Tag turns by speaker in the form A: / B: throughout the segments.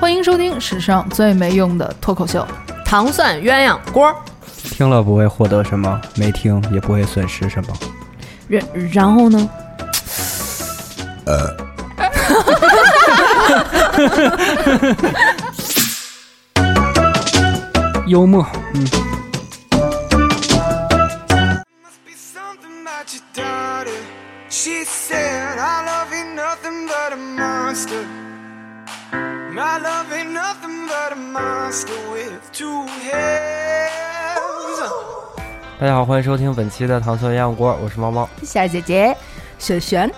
A: 欢迎收听史上最没用的脱口秀。
B: 糖蒜鸳鸯锅，
C: 听了不会获得什么，没听也不会损失什么。
B: 然然后呢？
C: 幽默，嗯，
D: Must be something about your daughter. She said, I love ain't nothing but a monster. My love ain't nothing but a monster with two heads.
E: 大家好，欢迎收听本期的糖蒜鸳鸯锅，我是猫猫。
B: 夏姐姐，雪璇，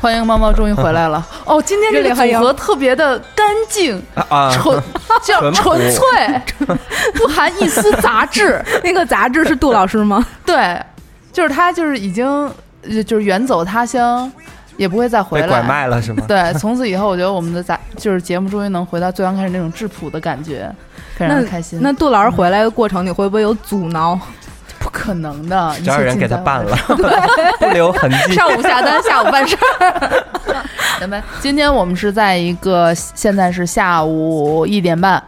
A: 欢迎猫猫终于回来了。 哦，今天这
B: 热
A: 个
B: 烈欢
A: 组
B: 迎
A: 合特别的干净、
E: 啊
A: 纯， 叫
E: 淳朴
A: 纯粹， 不含一丝杂质。
B: 那个杂志是杜老师吗？
A: 对，就是他，就是已经呃就是远走他乡，也不会再回
E: 被
A: 来。
E: 拐卖了是吗？
A: 对，从此以后，我觉得我们的杂就是节目终于能回到最刚开始那种质朴的感觉，非常
B: 那
A: 开心。
B: 那杜老师回来的过程，你会不会有阻挠？
A: 不可能的，
E: 只要有人给他办了，不留痕迹。
A: 上午下单，下午办事儿。 明白。今天我们是在一个现在是下午一点半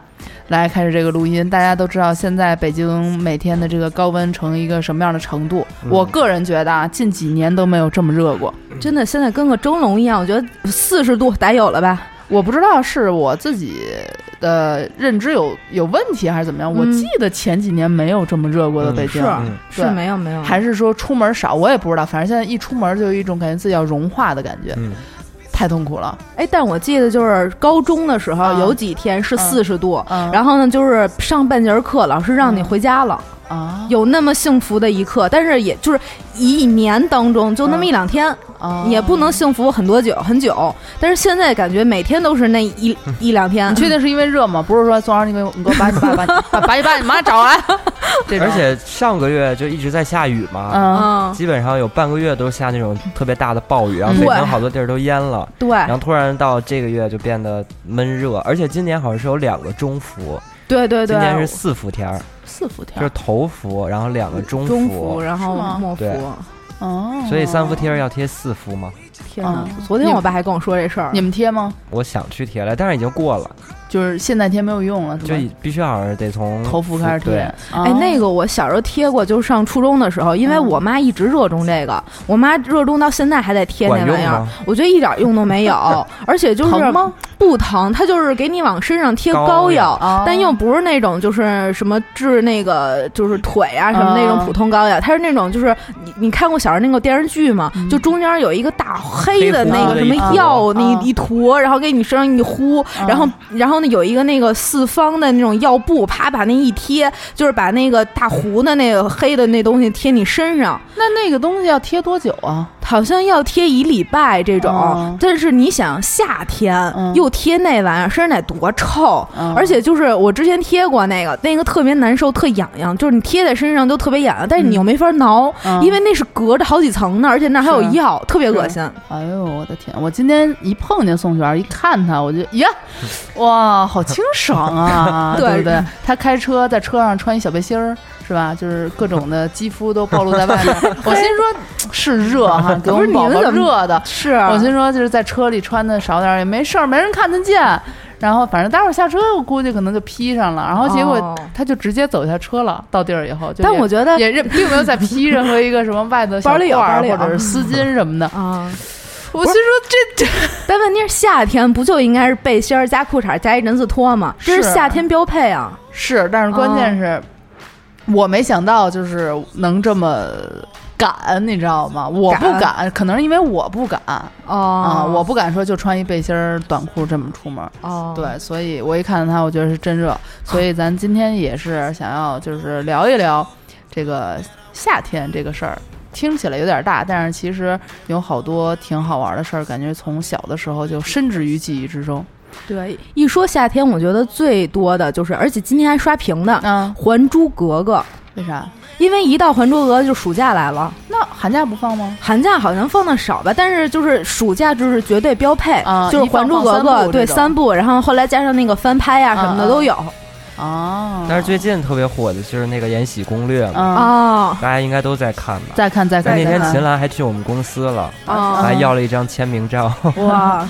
A: 来开始这个录音。大家都知道，现在北京每天的这个高温成一个什么样的程度？我个人觉得啊，近几年都没有这么热过。
B: 真的，现在跟个蒸笼一样，我觉得四十度得有了吧？
A: 我不知道是我自己的认知有有问题还是怎么样。我
B: 嗯
A: 记得前几年没有这么热过的
E: 嗯
A: 北京。
B: 是啊
E: 嗯，
B: 是
A: 对
B: 没有没有，
A: 还是说出门少，我也不知道。反正现在一出门就有一种感觉自己要融化的感觉，
E: 嗯
A: 太痛苦了。
B: 哎，但我记得就是高中的时候
A: 嗯
B: 有几天是四十度。
A: 嗯，
B: 然后呢，就是上半节课，老师让你回家了，
A: 后啊，
B: 有那么幸福的一刻，但是也就是一年当中就那么一两天，
A: 啊
B: 也不能幸福很多久很久，但是现在感觉每天都是那 一一两天
A: 你。确定是因为热吗？不是说昨晚你给我，你给我把你爸把你把把你爸你妈找来。这种
E: 而，且上个月就一直在下雨嘛，
A: 嗯，
B: 嗯，
E: 基本上有半个月都下那种特别大的暴雨，然后
A: 嗯
E: 北
B: 对
E: 京好多地儿都淹了。
B: 对
E: 然后突然到这个月就变得闷热，而且今年好像是有两个中伏，
B: 对对
E: 今年是
B: 对，
E: 四伏天儿，
A: 四伏
E: 就是
A: 天，
E: 头伏，然后两个中
B: 中伏，然后
A: 是吗
B: 末伏
E: 对。
A: 哦，
E: 所以三伏贴儿要贴四伏嘛。
B: 天哪
A: 嗯！
B: 昨天我爸还跟我说这事儿
A: 你，们贴吗？
E: 我想去贴了，但是已经过了，
A: 就是现在贴没有用了，是
E: 就
A: 吧？
E: 必须好像是得从
A: 头伏开始贴
E: 对。
B: 哎
A: 哎，
B: 那个我小时候贴过，就是上初中的时候，因为
A: 嗯
B: 我妈一直热衷这个，我妈热衷到现在还在贴那
E: 管用
B: 玩意儿
E: 吗，？
B: 我觉得一点用都没 有，而且就是
A: 疼吗？
B: 不疼，它就是给你往身上贴
E: 膏
B: 膏药
E: 药，
A: 啊
B: 但又不是那种就是什么治那个就是腿啊什么那
A: 嗯
B: 种普通膏药，它是那种就是你你看过小时候那个电视剧吗？
A: 嗯
B: 就中间有一个大黑的
E: 黑乎啊
B: 那
E: 乎
B: 个
E: 的
B: 什么
E: 一坨
B: 药，啊那
A: 嗯
B: 一坨，然后给你身上一呼，
A: 嗯
B: 然后然后呢有一个那个四方的那种药布，啪把那一贴，就是把那个大糊的那个黑的那东西贴你身上。
A: 那那个东西要贴多久啊？
B: 好像要贴一礼拜这种，
A: 嗯
B: 但是你想夏天、
A: 嗯
B: 又贴那玩意儿，身上得多臭！
A: 嗯
B: 而且就是我之前贴过那个，那个特别难受，特痒痒，就是你贴在身上都特别痒痒，但是你又没法挠，
A: 嗯
B: 因为那是隔着好几层呢，而且那儿还有
A: 是
B: 药，特别恶
A: 是
B: 心。
A: 哎呦，我的天！我今天一碰见宋璇，一看他，我就 呀，哇，好清爽啊，
B: 对
A: 对不对？他开车在车上穿一小背心儿，是吧？就是各种的肌肤都暴露在 外面。我心说是热哈，给我
B: 不是
A: 们
B: 你
A: 宝
B: 们
A: 宝
B: 怎么啊
A: 热的。
B: 是，
A: 我心说就是啊在车里穿的少点儿也没事儿，没人看得见。然后反正待会儿下车，我估计可能就披上了。然后结果
B: 哦
A: 他就直接走下车了，到地儿以后就也。
B: 但我觉得
A: 也认并没有再披任何一个什么外头的小
B: 包里有
A: 褂
B: 包
A: 儿
B: 里有
A: 或者是丝巾什么的。
B: 啊，
A: 我心说这这
B: 但问题是夏天不就应该是背心儿加裤衩加一人字拖吗？这是
A: 是
B: 夏天标配啊！
A: 是，但是关键是、我没想到就是能这么敢，你知道吗？我不
B: 敢
A: 敢，可能是因为我不敢啊、
B: 哦
A: 我不敢说就穿一背心儿、短裤这么出门。
B: 哦，
A: 对，所以我一看到他，我觉得是真热，所以咱今天也是想要就是聊一聊这个夏天这个事儿。听起来有点大，但是其实有好多挺好玩的事儿，感觉从小的时候就深植于记忆之中。
B: 对，一说夏天，我觉得最多的就是，而且今天还刷屏呢，
A: 嗯，
B: 《还珠格格》，
A: 为啥？
B: 因为一到《还珠格格》就暑假来了，
A: 那寒假不放吗？
B: 寒假好像放的少吧，但是就是暑假就是绝对标配，
A: 啊
B: 就是《
A: 一放
B: 还珠格
A: 放
B: 格
A: 三》部
B: 对
A: 这种
B: 三部，然后后来加上那个翻拍啊什么
A: 嗯
B: 的
A: 嗯
B: 都有
A: 哦，
E: 但是最近特别火的就是那个《延禧攻略》嘛，
A: 啊，
B: 哦
E: 大家应该都在看吧？
A: 再看再
E: 但
A: 看，
E: 那天
A: 再看
E: 秦岚还去我们公司了，
B: 哦
E: 还要了一张签名照。
A: 哇，
B: 哇，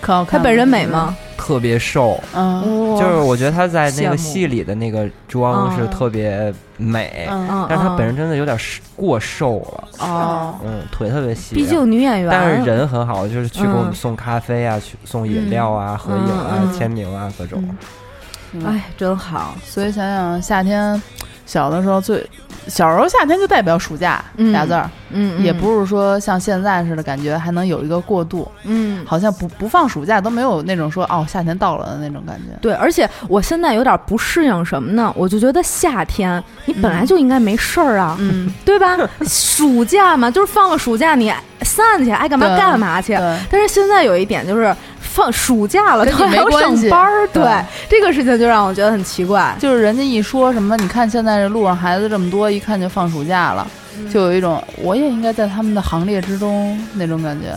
A: 可好看
B: 她
A: 了
B: 本人美？吗？
E: 特别瘦，
A: 嗯
E: 就是我觉得她在那
B: 羡慕
E: 个戏里的那个妆是
B: 嗯
E: 特别美，
A: 嗯
B: 啊
E: 但是她本人真的有点瘦过瘦了，
B: 哦，
E: 嗯，腿特别细。
B: 毕竟女演员，
E: 但是人很好，就是去给我
B: 嗯
E: 们送咖啡啊，去送饮料啊、合影
B: 嗯
E: 啊
B: 嗯、
E: 签名啊，各种。
A: 嗯
B: 哎，真好，
A: 所以想想夏天，小的时候最小时候夏天就代表暑假
B: 嗯
A: 俩字儿，
B: 嗯，嗯
A: 也，不是说像现在似的感觉还能有一个过渡，
B: 嗯。
A: 好像不不放暑假都没有那种说哦夏天到了的那种感觉。
B: 对，而且我现在有点不适应什么呢？我就觉得夏天你本来就应该没事儿啊，
A: 嗯，
B: 对吧？暑假嘛，就是放了暑假你散去，爱干嘛
A: 对
B: 干嘛去。
A: 对，
B: 但是现在有一点就是放暑假了，
A: 跟
B: 都
A: 你
B: 还
A: 没
B: 要
A: 关
B: 上
A: 系
B: 班儿，
A: 对
B: 对这个事情就让我觉得很奇怪。
A: 就是人家一说什么，你看现在这路上孩子这么多，一看就放暑假了，就有一种我也应该在他们的行列之中那种感觉。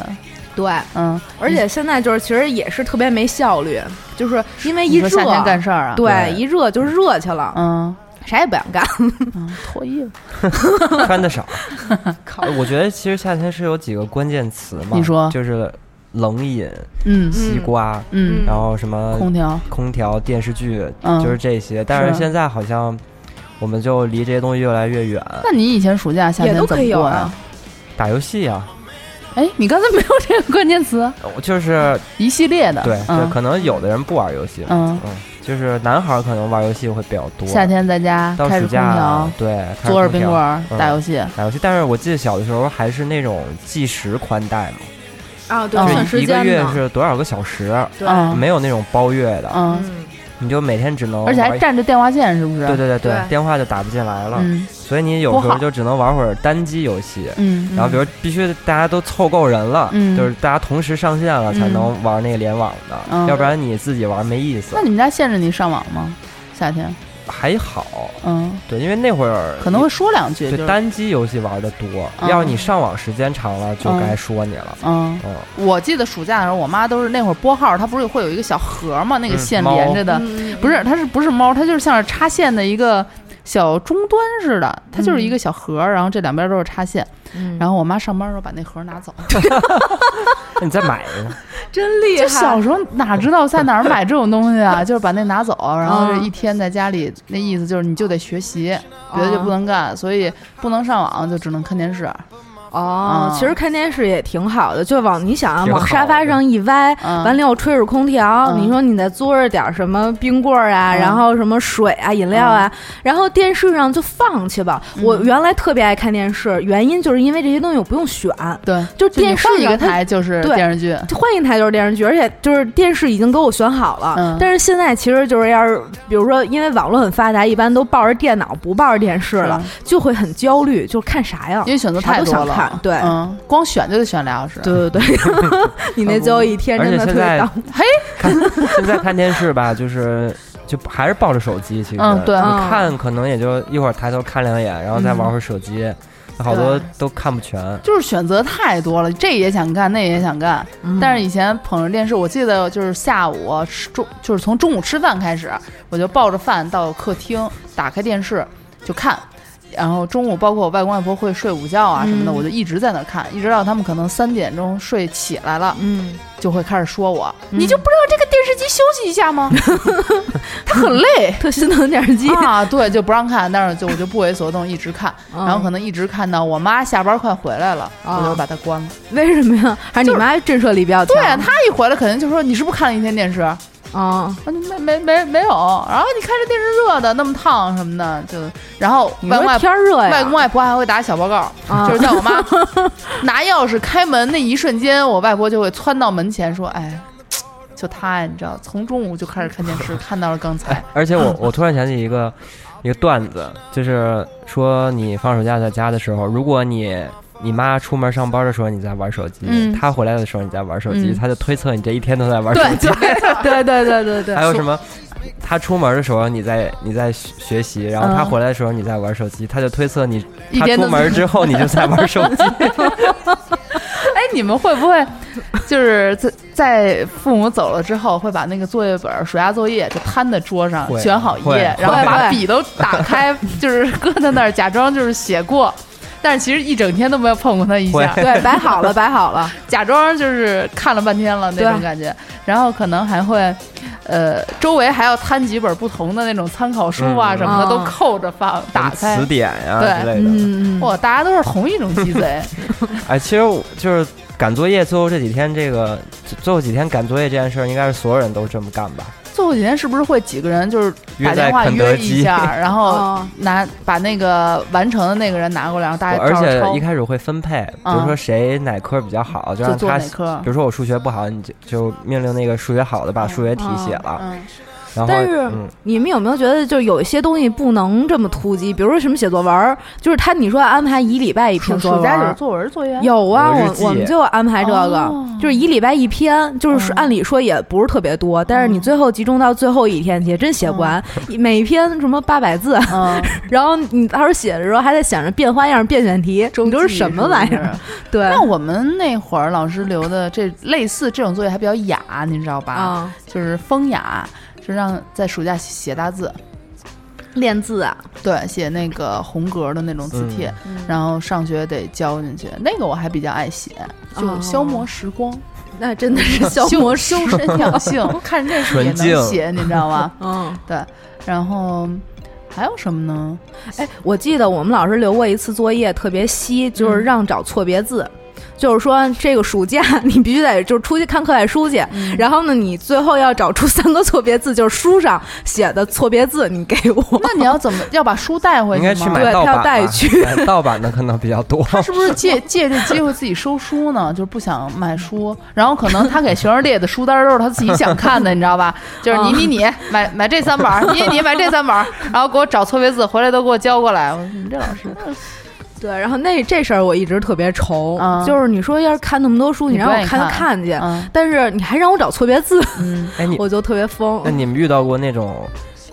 B: 对，
A: 嗯，
B: 而且现在就是其实也是特别没效率，就是因为一
A: 你说
B: 热，
A: 夏天干事儿啊？
B: 对
E: 对
B: 一热就热去了，
A: 嗯
B: 啥也不想干。
A: 嗯，脱衣服，
E: 穿 的少。哎我觉得其实夏天是有几个关键词嘛，
A: 你说
E: 就是冷饮、
A: 嗯
E: 西瓜，
A: 嗯，
E: 然后什么
A: 空调，
E: 空调、电视剧，
A: 嗯
E: 就是这些。但是现在好像我们就离这些东西越来越远，
A: 那你以前暑假夏天
B: 也都
A: 怎
E: 呃
B: 可以
A: 么
B: 有
A: 过
B: 啊
A: 呀？
E: 打游戏啊，
A: 哎，你刚才没有这个关键词，
E: 呃就是
A: 一系列的，
E: 对，就
A: 嗯
E: 可能有的人不玩游戏，
A: 嗯，
E: 嗯，就是男孩儿可能玩游戏会比较多，
A: 夏天在家
E: 到
A: 开着
E: 暑
A: 空调
E: 假，啊对，开
A: 嘬
E: 着
A: 着
E: 空
A: 冰
E: 调
A: 棍儿
E: 嗯
A: 打游戏，
E: 打游戏。但是我记得小的时候还是那种计时宽带嘛，
B: 啊，对
A: 嗯
B: 算
E: 就
B: 时
E: 一个
B: 间
E: 月
B: 呢，
E: 是多少个小时，
B: 对，
A: 嗯
E: 没有那种包月的，
A: 嗯，
B: 嗯，
E: 你就每天只能
A: 而且还
E: 玩一
A: 占着电话线，是不是？
E: 对对对
B: 对
E: 电话就打不进来了，
A: 嗯
E: 所以你有
A: 不
E: 时候
A: 好
E: 就只能玩会儿单机游戏。
A: 嗯
E: 然后，比如必须大家都凑够人了，
A: 嗯
E: 就是大家同时上线了才
A: 嗯
E: 能玩那个联网的，
A: 嗯
E: 要不然你自己玩没意思
A: 那。你们家限制你上网吗？夏天，
E: 还好，
A: 嗯，
E: 对，因为那会儿
A: 可能会说两句，就
E: 对
A: 是，
E: 单机游戏玩的多，
A: 嗯
E: 要是你上网时间长了就
A: 嗯
E: 该说你了。
A: 嗯。
E: 嗯，
A: 我记得暑假的时候，我妈都是那会儿拨号，它不是会有一个小盒吗？那个
E: 嗯
A: 线
E: 猫
A: 连着的，
B: 嗯
A: 不是，它是不是猫？它就是像是插线的一个小终端似的，它就是一个小盒儿，然后这两边都是插线。
B: 嗯
A: 然后我妈上班的时候把那盒儿拿走，
E: 那你再买一个。
B: 真厉
A: 就
B: 害，
A: 小时候哪知道在哪儿买这种东西啊？就是把那拿走，然后这一天在家里，那意思就是你就得学习，哦别的就不能干，所以不能上网，就只能看电视。
B: 哦，
A: 嗯
B: 其实看电视也挺好的，就往你想啊，
E: 挺好
B: 往沙发上一歪，
A: 嗯
B: 完了又吹着空调，
A: 嗯
B: 你说你再嘬着点什么冰棍儿啊，
A: 嗯
B: 然后什么水啊、饮料啊，然后电视上就放去吧。我
A: 嗯
B: 原来特别爱看电视，原因就是因为这些东西我不用选，
A: 对，
B: 就
A: 就你
B: 电视
A: 换一
B: 上
A: 个
B: 它
A: 台就是
B: 对
A: 电视剧。
B: 换一台就是电视剧，而且就是电视已经给我选好了。
A: 嗯
B: 但是现在其实就是要是，比如说因为网络很发达，一般都抱着电脑不抱着电视了，就会很焦虑，就看啥呀
A: 因？为选择
B: 啥
A: 太
B: 都
A: 多
B: 想看
A: 了，
B: 对
A: 嗯，光选就得选俩小时，
B: 对对对， 你那交易一天
E: 而
B: 真
E: 且
B: 的特
E: 现
B: 别
E: 在
B: 当。
E: 看现在看电视吧，就是就还是抱着手机，其实、
A: 嗯对嗯
E: 你
B: 嗯
E: 看可能也就一会儿抬头看两眼，然后再玩会儿手机，好多
A: 对
E: 都看不全。
A: 就是选择太多了，这也想干，那也想干。
B: 嗯
A: 但是以前捧着电视，我记得就是下午吃中，就是从中午吃饭开始，我就抱着饭到客厅，打开电视就看。然后中午，包括我外公外婆会睡午觉啊什么的，
B: 嗯
A: 我就一直在那儿看，一直到他们可能三点钟睡起来了，
B: 嗯，
A: 就会开始说我，你就不知道这个电视机休息一下吗？ 他很累，
B: 特心疼电视机，
A: 啊，对，就不让看，但是就我就不为所动，一直看，然后可能一直看到我妈下班快回来了，
B: 啊
A: 我就把它关了。
B: 为什么呀？还是你妈震慑力比较强？
A: 对啊她一回来肯定就说你是不是看了一天电视？我
B: 啊，
A: 说没没没没有，然后你看这电视热的那么烫什么的，就然后
B: 你
A: 外公
B: 说
A: 外
B: 天儿热呀，
A: 外公外婆还会打小报告，
B: 啊
A: 就是在 我妈拿钥匙开门那一瞬间，我外婆就会窜到门前说：“哎，就她呀，你知道，从中午就开始看电 视，看到了刚才。
E: 而且我 我突然想起一个一个段子，就是说你放暑假在家的时候，如果你你妈出门上班的时候你在玩手机，
A: 嗯
E: 她回来的时候你在玩手机，
A: 嗯
E: 她就推测你这一天都在”玩手
A: 对
E: 机。
A: 对
B: 对对对对对，
E: 还有什么？她出门的时候你在你在学学习，然后她
A: 嗯
E: 回来的时候你在玩手机，她就推测你
A: 一
E: 她
A: 天
E: 出
A: 都
E: 门之后你就 在玩手机。
A: 哎，你们会不 会就是在在父母走了之后，会把那个作业本儿、暑假作业就摊在桌上，
E: 会
A: 选好
E: 会
A: 页，然后
E: 会
A: 把笔都打开，就是搁在那儿，假装就是写过。但是其实一整天都没有碰过他一下
E: 会，
B: 对，摆 好了，摆好了，
A: 假装就是看了半天了那种
B: 对
A: 感觉，然后可能还会，呃，周围还要摊几本不同的那种参考书啊
E: 嗯
A: 什么的，
B: 嗯
A: 都扣着放，打
E: 什么
A: 开
E: 词。典呀、
A: 对
E: 之类的。
B: 嗯，
A: 哇，大家都是同一种鸡 贼，
E: 哎，其实我就是赶作业，最后这几天这个最后几天赶作业这件事儿，应该是所有人都这么干吧？
A: 最后几天是不是会几个人就是打
E: 约在
A: 电话
E: 肯德
A: 约一
E: 基，
A: 下， 然后
B: 哦，
A: 拿把那个完成的那个人拿过来，然后大家
E: 而
A: 照着
E: 且
A: 抽嗯
E: 一开始会分配，比如说谁哪科比较好，就
A: 就
E: 让
A: 做
E: 他
A: 哪。科
E: 比。如说我数学不好，你就就命令那个数学好的把数学题写了，
A: 嗯，
E: 然后
B: 但是
E: 嗯，
B: 你们有没有觉得，就有一些东西不能这么突击？比如说什么写作文儿，就是他你说安排一礼拜一篇
A: 暑
B: 作
A: 暑
B: 文
A: 假有
B: 儿，
A: 作文作业，
B: 有啊，
E: 有日
B: 我
E: 记
B: 我们就安排这个，
A: 哦
B: 就是一礼拜一篇，就是
A: 嗯
B: 按理说也不是特别多，但是
A: 哦
B: 你最后集中到最后一天写，真写不完，每一篇什么八百字，
A: 嗯，
B: 然后你到时候写的时候还得想着变花样、变选题，
A: 周
B: 你都是
A: 记
B: 什么
A: 不
B: 玩意儿？ 对
A: 那我们那会儿老师留的这类似这种作业还比较雅，你知道吧？
B: 啊，
A: 就是风雅，就让在暑假写大字，
B: 练字啊，
A: 对，写那个红格的那种字帖，
B: 嗯
A: 然后上学得交进去。那个我还比较爱写，就
B: 哦
A: 消磨时光，
B: 那真的是消
A: 修
B: 磨
A: 修身养性，看电视也
E: 纯净
A: 能写，你知道吗？
B: 嗯，
A: 然后还有什么 呢？
B: 哎，我记得我们老师留过一次作业，特别稀，就是让找错别字。就是说，这个暑假你必须得就是出去看课外书去，然后呢，你最后要找出三个错别字，就是书上写的错别字，你给我。
A: 那你要怎 么要把书带回
E: 应
A: 去吗？
E: 该去买
B: 对
E: 盗
B: 他要
E: 版
B: 带
E: 吧
B: 去
E: 买盗版的可能比较多。
A: 是不是借借这机会自己收书呢？就是不想买 书，然后可能他给学生列的书单都是他自己想看的，你知道吧？就是
E: 哦
A: 你你你买买这三本 儿，你你买这三本儿，然后给我找错别字，回来都给我交过来。我说你们这老 师，
B: 对，然后那这事儿我一直特别愁，
A: 嗯
B: 就是你说要是看那么多书，
A: 你不
B: 让
A: 愿
B: 我
A: 意
B: 看就
A: 看
B: 看去，
A: 嗯
B: 但是你还让我找错别字，
A: 嗯，
E: 哎，你
B: 我就特别疯
E: 那。你们遇到过那种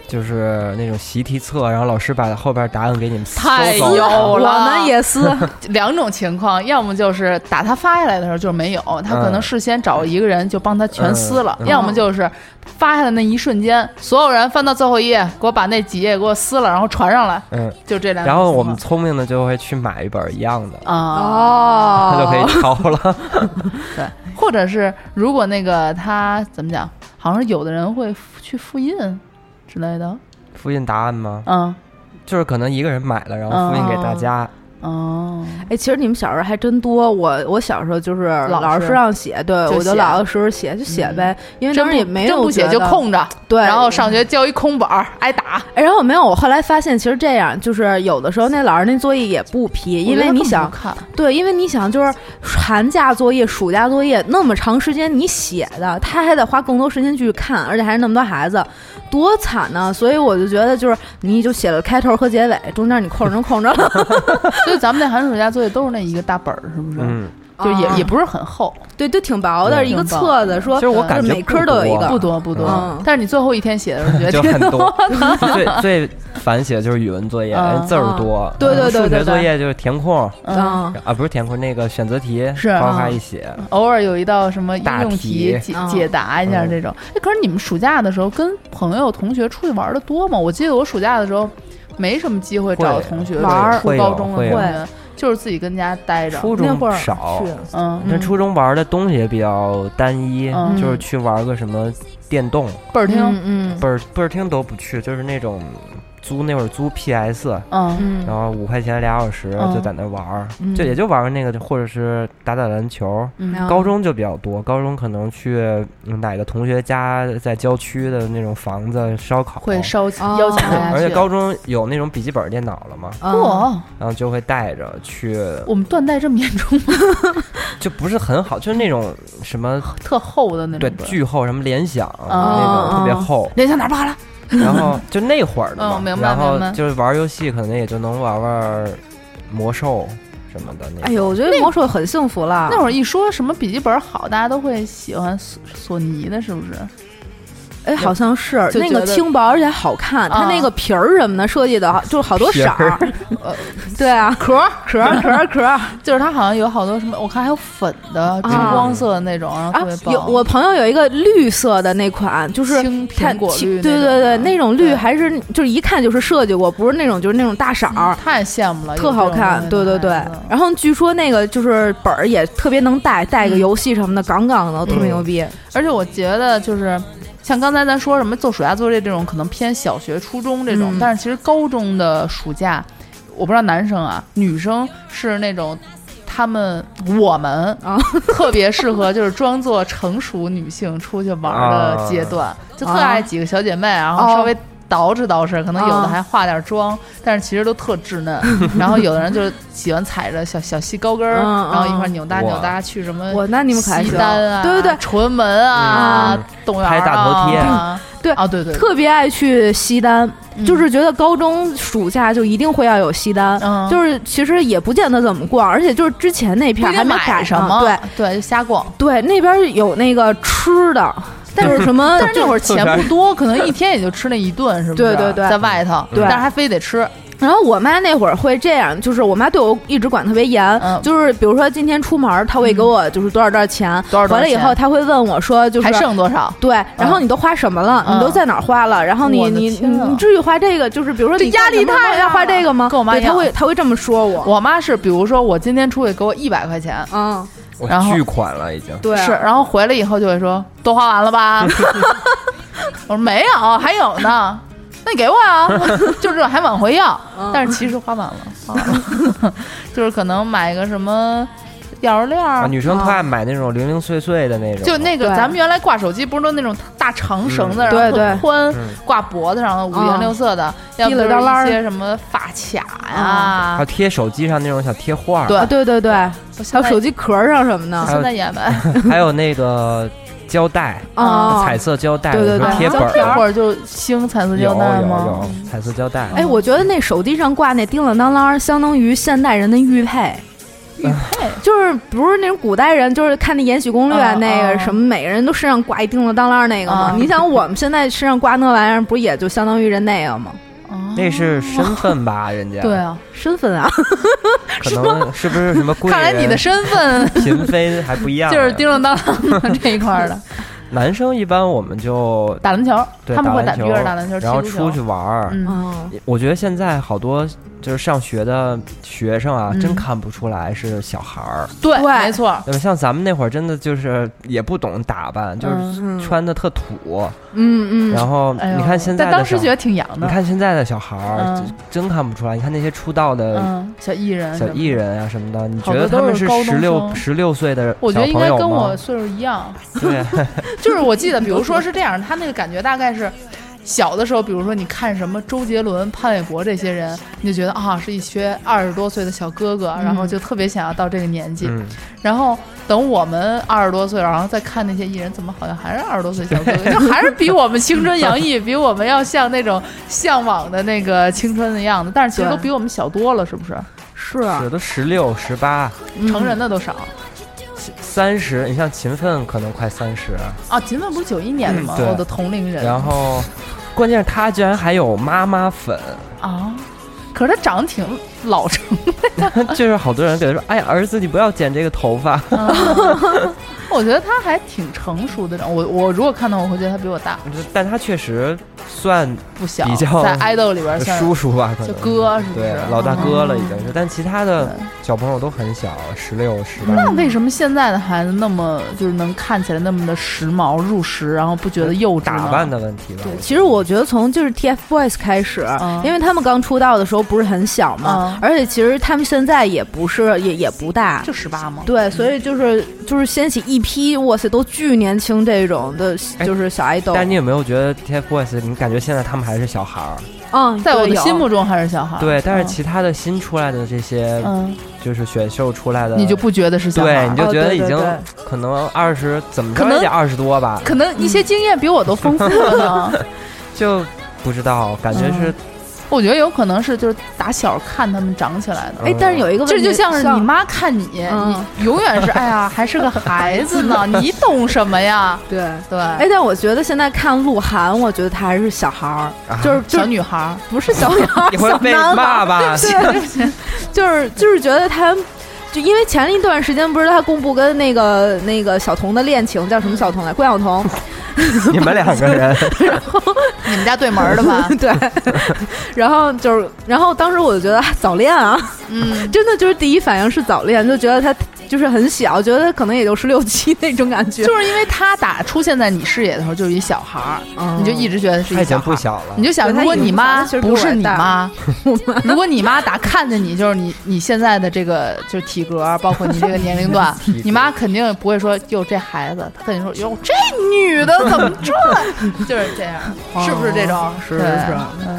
E: 就是那种习题册，然后老师把后边答案给你们搜
A: 太
E: 走
A: 有
E: 了
A: 了
B: 我们也撕，
A: 两种情况，要么就是打他发下来的时候就是没有，他可能事先找一个人就帮他全撕了；
E: 嗯嗯嗯
A: 要么就是发下来那一瞬间，所有人翻到最后一页，给我把那几页给我撕了，然后传上来，
E: 嗯，
A: 就这两种情况。
E: 然后我们聪明的就会去买一本一样的，
A: 啊。
E: 他就可
B: 哦，
E: 以抄了。
A: 对，或者是如果那个他怎么讲，好像是有的人会复去复印之类的，
E: 复印答案吗？
A: 嗯，
E: 就是可能一个人买了，然后复印给大家。
A: 哦，
B: 哎，其实你们小时候还真多，我我小时候就是
A: 老
B: 老
A: 是
B: 师让写，对
A: 就
B: 我就
A: 写
B: 老老实实写就写呗，因为
A: 真
B: 当
A: 不
B: 时也没
A: 真
B: 有
A: 不写
B: 觉
A: 就
B: 得。
A: 空着，
B: 对，
A: 然后上学交一空本儿挨打，
B: 哎，然后没有，我后来发现其实这样，就是有的时候那老师那作业也不批，因为你想，
A: 看，
B: 对，因为你想就是寒假作业、暑假作业那么长时间你写的，他还得花更多时间去看，而且还是那么多孩子，多惨呢、所以我就觉得就是你就写了开头和结尾，中间你空着就空着了，
A: 所以咱们那寒暑假作业都是那一个大本儿，是
B: 哦
A: 不是？
E: 嗯，
A: 就也、
B: 啊
A: 也不是很厚，
B: 对，就挺薄的
E: 对
B: 一个
A: 挺薄
B: 册子，说
E: 其实我感觉
B: 每科都有一个
A: 不多不多、
B: 嗯
A: 但是你最后一天写的时候觉得
E: 就
A: 挺
E: 很多。最 最烦写的就是语文作业，
A: 嗯
E: 人字儿多。嗯
B: 对对对
E: 数
B: 对
E: 学
B: 对
E: 作业就是填空
A: 嗯，
B: 嗯
E: 啊，不是填空，那个选择题
A: 是
E: 哗哗
B: 嗯
E: 一写。
A: 偶尔有一道什么应
E: 大
A: 用
E: 题
A: 解
B: 嗯
A: 解答一下
E: 嗯
A: 这种。哎，可是你们暑假的时候跟朋友同学出去玩的多吗？我记得我暑假的时候没什么机会找
E: 会
A: 同学
B: 玩儿
A: 初
E: 会有
A: 高中的
E: 会
A: 同
B: 有
A: 学，就是自己跟家待着。
E: 初
B: 那会
E: 中
B: 儿
E: 少，
B: 是
A: 嗯，
E: 那
B: 嗯
E: 初中玩的东西也比较单一，
A: 嗯
E: 就是去玩个什么电动，
A: 倍儿听，
B: 嗯
E: 倍儿倍儿厅都不去，就是那种租那会儿租 PS，
A: 嗯，
B: 嗯
E: 然后五块钱俩小时
A: 嗯
E: 就在那玩儿，
B: 嗯
E: 就也就玩玩那个，或者是打打篮球。
A: 嗯
E: 高中就比较多，高中可能去嗯哪个同学家，在郊区的那种房子烧烤，
A: 会烧
B: 哦
A: 邀请大家去。
E: 而且高中有那种笔记本电脑了嘛，
B: 嗯
A: 哇，
E: 然后就会带着去，
A: 我们断代这么严重吗？
E: 就不是很好，就是那种什么
A: 特厚的那
E: 对
A: 种本儿。
E: 巨厚，什么联想啊
A: 哦
E: 那种特别厚，
A: 联想哪儿不好了？
E: 然后就那会儿的
A: 嗯
E: 嘛，
A: 明白
E: 然后
A: 明白
E: 就是玩游戏，可能也就能玩玩魔兽什么的那种。
B: 哎呦，我觉得魔兽很幸福了。
A: 那会儿一说什么笔记本好，大家都会喜欢索索尼的，是不是？
B: 哎，好像是
A: 就
B: 那
A: 觉
B: 个
A: 得
B: 轻薄而且好看，它
A: 啊
B: 那个皮儿什么的设计的， 就是好多色儿。对啊， 壳壳壳壳 啊！
A: 就是它好像有好多什么，我看还有粉的金光色的那种，然后特别棒。
B: 啊有我朋友有一个绿色的那款，就是
A: 青
B: 它
A: 苹果
B: 青
A: 绿那种的，
B: 对对对，那种绿
A: 对
B: 还是就是一看就是设计过，不是那种就是那种大色儿。
A: 太羡慕了，
B: 特好看，对对对。
A: 哎
B: 然后据说那个就是本儿也特别能带，带个游戏什么的，杠杠的，特别牛逼。
A: 而且我觉得就是。像刚才咱说什么做暑假作业这种，可能偏小学、初中这种，
B: 嗯
A: 但是其实高中的暑假，我不知道男生啊，女生是那种，他们我们
B: 啊
A: 特别适合就是装作成熟女性出去玩儿的阶
B: 啊
A: 段，就特爱几个小姐妹，然
B: 哦
A: 后稍微捯饬捯饬，可能有的还化点妆，但是其实都特稚 嫩。然后有的人就是喜欢踩着小小细高跟儿，
B: 嗯嗯
A: 然后一块儿扭搭
E: 哇
A: 扭搭去什么
B: 我那你们可还
A: 呃西
B: 行，
A: 单啊，
B: 对对对，
A: 崇文门啊
E: 嗯，
A: 动物园
E: 拍
A: 啊
E: 大头贴
A: 啊
B: 对
A: 啊，对对，
B: 特别爱去西单，就是觉得高中暑假就一定会要有西单，
A: 嗯
B: 就是其实也不见得怎么逛，而且就是之前那片
A: 不
B: 儿
A: 一
B: 还
A: 定
B: 没
A: 买
B: 赶
A: 什
B: 上，
A: 么，
B: 对
A: 对，就瞎逛。
B: 对，那边有那个吃的，但是什么
A: 但是那会儿钱
E: 特
A: 不多，可能一天也就吃那一顿，是不是？
B: 对对对
A: 在外头，
B: 对
A: 但是还非得吃，
B: 然后我妈那会儿会这样，就是我妈对我一直管特别严，
A: 嗯
B: 就是比如说今天出门儿，她会给我就是多少多少钱，
A: 多少多少
B: 完了以
A: 钱
B: 后她会问我说就是
A: 还剩多少？
B: 对，然后你都花什么了？
A: 嗯
B: 你都在哪儿花了？然后
A: 我
B: 你
A: 的
B: 你你
A: 天啊
B: 你至于花这个？就是比如说
A: 这
B: 你
A: 压力
B: 干什么
A: 太
B: 要
A: 大
B: 花这
A: 了
B: 个吗？
A: 跟我妈
B: 对，
A: 一
B: 她
A: 样
B: 会她会这么说我。
A: 我妈是，比如说我今天出去给我一百块钱，
B: 嗯，
E: 我
A: 然后
E: 巨款了已经。
B: 对啊，
A: 是，然后回来以后就会说都花完了吧？ 我说没有，还有呢。那你给我呀、 就这种还往回要，
B: 嗯
A: 但是其实花完了，花完了， 就是可能买个什么钥匙链
E: 啊，
A: 儿，
E: 女生特爱买那种零零碎碎的那种，
A: 就那个
B: 对
A: 咱们原来挂手机不是都那种大长绳子，
E: 嗯
A: 然后
B: 对对
A: 特宽
E: 嗯
A: 挂脖子上的五颜六色的，要不
B: 提了
A: 就是
B: 当啷儿嗯
A: 一些什么发卡呀、
E: 还有贴手机上那种小贴画，
A: 对
B: 啊对对对，还
A: 我现
B: 有
A: 在
B: 手机壳上什么的
A: 我现在也买。
E: 还有那个胶带，
A: 哦
B: 啊。
E: 彩色胶带，
B: 对对
E: 有时候
B: 对
E: 贴本
A: 那会
E: 儿，
A: 儿就兴彩色胶
E: 有
A: 带
E: 有
A: 吗？
E: 有彩色胶带，
B: 哎，我觉得那手机上挂那叮了当啷儿，相当于现代人的玉佩。
A: 玉佩
B: 就是不是那种古代人，就是看那《延禧攻略》
A: 嗯
B: 那个
A: 嗯
B: 什么，每个人都身上挂一叮了当啷儿那个吗？
A: 嗯
B: 你想我们现在身上挂那玩意儿，不也就相当于人那个吗？
A: 哦
E: 那是身份吧，人家
A: 对，啊，
B: 身份啊，
E: 可能是不是什么贵人？
A: 看来你的身份
E: 嫔妃还不一样呢，
A: 就是叮当当的 这一块儿的
E: 男生一般我们就
A: 打篮球，
E: 对
A: 他们会打
E: 篮
A: 比
E: 球，
A: 尔打篮球，
E: 然后
A: 踢足球
E: 出去，玩儿。
A: 嗯，
B: 嗯，
E: 我觉得现在好多就是上学的学生啊，
A: 嗯
E: 真看不出来是小孩儿。
A: 对，
B: 对
A: 没错，
E: 对吧？像咱们那会儿，真的就是也不懂打扮，就是
B: 嗯
E: 穿的特土。
B: 嗯嗯，
E: 然后
A: 哎呦
E: 你看现在
A: 但
E: 的
A: 当
E: 小
A: 时，觉得挺洋
E: 你
A: 的，
E: 看现在的小孩儿，
A: 嗯
E: 真看不出来。你看那些出道的
A: 嗯，小艺人什
E: 小
A: 么的，
E: 艺人啊什么的，你觉
A: 好多
E: 得
A: 都
E: 他们
A: 是
E: 是
A: 高中
E: 十六
A: 生
E: 十六岁的
A: 我觉得
E: 小
A: 应
E: 朋
A: 该
E: 友
A: 跟我
E: 吗？
A: 岁数一样，
E: 对，
A: 就是我记得，比如说是这样，他那个感觉大概是。小的时候，比如说你看什么周杰伦、潘玮柏这些人，你就觉得啊是一些二十多岁的小哥哥，然后就特别想要到这个年纪。
E: 嗯，
A: 然后等我们二十多岁，然后再看那些艺人，怎么好像还是二十多岁小哥哥，就还是比我们青春洋溢，比我们要像那种向往的那个青春的样子。但是其实都
B: 对
A: 比我们小多了，是不是？啊
B: 是
E: 是都十六十八
A: 成人的都少
E: 三十，你像勤奋可能快三十，
A: 啊。秦奋不是九一年的吗？
E: 嗯对
A: 我的同龄人
E: 然后关键是他居然还有妈妈 粉，
A: 啊，可是他长得挺老成
E: 就是好多人给他说：“哎呀，儿子，你不要剪这个头发。
A: 我觉得他还挺成熟的，我我如果看到我会觉得他比我大，”
E: 但他确实算
A: 不小，
E: 比较呃
A: 在爱豆里边算
E: 叔叔吧，可
A: 就
E: 能
A: 哥是不
E: 对
A: 是？
E: 老大哥了已
A: 嗯
E: 经是，但其他的小朋友都很小，十六、十八。
A: 那为什么现在的孩子那么就是能看起来那么的时髦入时，然后不觉得幼稚呢
E: 打扮的问题吧，
B: 其实我觉得从就是 TFBOYS 开始，
A: 嗯
B: 因为他们刚出道的时候不是很小嘛，
A: 嗯
B: 而且其实他们现在也不是也也不大，
A: 就十八吗？
B: 对，所以就是就是掀起一批哇塞都巨年轻这种的，
E: 哎
B: 就是小爱豆。
E: 但你有没有觉得 TFBOYS？你感觉现在他们还是小孩儿？
B: 嗯，
A: 在我的
B: 对有
A: 心目中还是小孩儿。
E: 对，但是
A: 嗯
E: 其他的新出来的这些，
A: 嗯，
E: 就是选秀出来的，
A: 你就不觉得是小孩
E: 对，
A: 儿
E: 你就
B: 哦
E: 觉得
B: 对
E: 已
B: 对
E: 经
B: 对
E: 可能二十，怎么
A: 可
E: 着
A: 能
E: 也得二十多吧，
A: 可能一些经验比我都丰富了呢。
E: 就不知道，感觉是
A: 我觉得有可能是就是打小看他们长起来
E: 呃
A: 的。
B: 哎，但是有一个问
A: 这
B: 题，
A: 就像是你妈看你，
B: 嗯
A: 你永远是哎呀，还是个孩子呢，你懂什么呀？
B: 对，
A: 对，
B: 哎，但我觉得现在看鹿晗，我觉得他还是小孩儿，就是就
A: 小
B: 是
A: 女孩儿，
B: 不是小女孩儿，
E: 啊 你会
B: 小
E: 被
B: 男孩
E: 骂
B: 儿，
E: 吧？
B: 对，就是就是觉得他。就因为前一段时间不是他公布跟那个那个小童的恋情叫什么小童来关晓彤，
E: 你们两个人，
A: 你们家对门儿的 吧？
B: 对，然后就是然后当时我就觉得啊早恋啊，
A: 嗯，
B: 真的就是第一反应是早恋，就觉得他就是很小，觉得他可能也就十六七那种感觉，
A: 就是因为他打出现在你视野的时候就是一小孩儿，
B: 嗯
A: 你就一直觉得是
E: 他
A: 一
E: 已经
A: 小孩
E: 不
A: 儿。
E: 小了
A: 你。就想，
B: 对他
A: 如果
B: 已经
A: 你
B: 不小
A: 妈
B: 他其实比
A: 不
B: 我
A: 是
B: 还
A: 你
B: 大
A: 妈， 如果你妈打看着你，就是你你现在的这个就是体格，包括你这个年龄段
E: 体格，
A: 你妈肯定不会说哟这孩子，她肯定说哟这女的怎么这， 就是这样，
E: 哦
A: 是不是这种？
B: 是
A: 对
B: 是
E: 啊
A: 嗯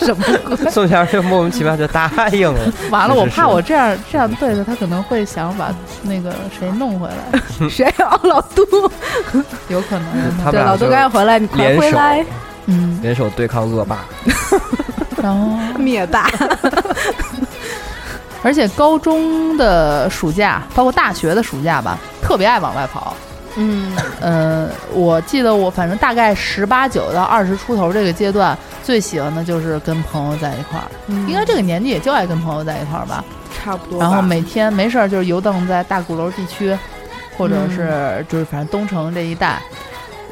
B: 什么歌？
E: 宋小就莫名其妙就答应了，
A: 完了，
E: 是
A: 我
E: 是
A: 怕我这样这样对她，她可能会想把那个谁弄回来，
B: 谁啊？老杜，
A: 有可能。
E: 他
B: 对，
E: 们
B: 老
E: 俩
B: 杜
E: 就
B: 赶紧回来，你快
E: 联
B: 回
E: 手
B: 来，
A: 嗯，
E: 联手对抗恶霸。
A: 然后
B: 灭霸。
A: 而且高中的暑假，包括大学的暑假吧，特别爱往外跑。
B: 嗯，
A: 嗯，我记得我反正大概十八九到二十出头这个阶段，最喜欢的就是跟朋友在一块儿。应该这个年纪也就爱跟朋友在一块儿吧。
B: 差不多吧。
A: 然后每天没事儿就是游荡在大鼓楼地区，或者
B: 嗯
A: 是就是反正东城这一带，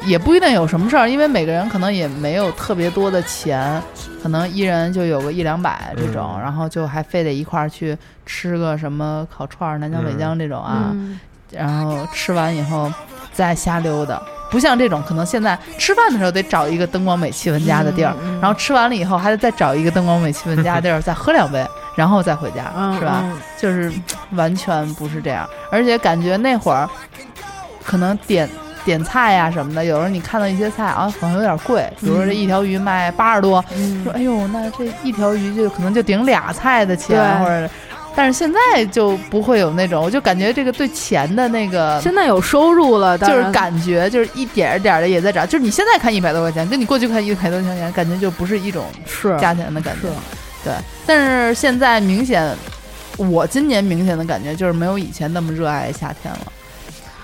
A: 也不一定有什么事儿，因为每个人可能也没有特别多的钱，可能一人就有个一两百这种，
E: 嗯
A: 然后就还非得一块儿去吃个什么烤串儿、南疆北疆这种啊。
B: 嗯，
A: 然后吃完以后再瞎溜达。不像这种，可能现在吃饭的时候得找一个灯光美、气氛佳的地儿，
B: 嗯嗯
A: 然后吃完了以后还得再找一个灯光美、气氛佳的地儿，再喝两杯，然后再回家，
B: 嗯
A: 是吧？？
B: 嗯
A: 就是完全不是这样，而且感觉那会儿可能点点菜呀、什么的，有时候你看到一些菜啊，好像有点贵，比如说这一条鱼卖八十多，
B: 嗯
A: 说哎呦，那这一条鱼就可能就顶俩菜的钱，或
B: 对
A: 者，但是现在就不会有那种，我就感觉这个对钱的那个。
B: 现在有收入了，当
A: 就
B: 然
A: 是感觉就是一点儿一点的也在涨，就是你现在看一百多块钱，跟你过去看一百多块钱，感觉就不是一种
B: 是
A: 价钱的感觉
B: 啊是。
A: 对，但是现在明显，我今年明显的感觉就是没有以前那么热爱夏天了。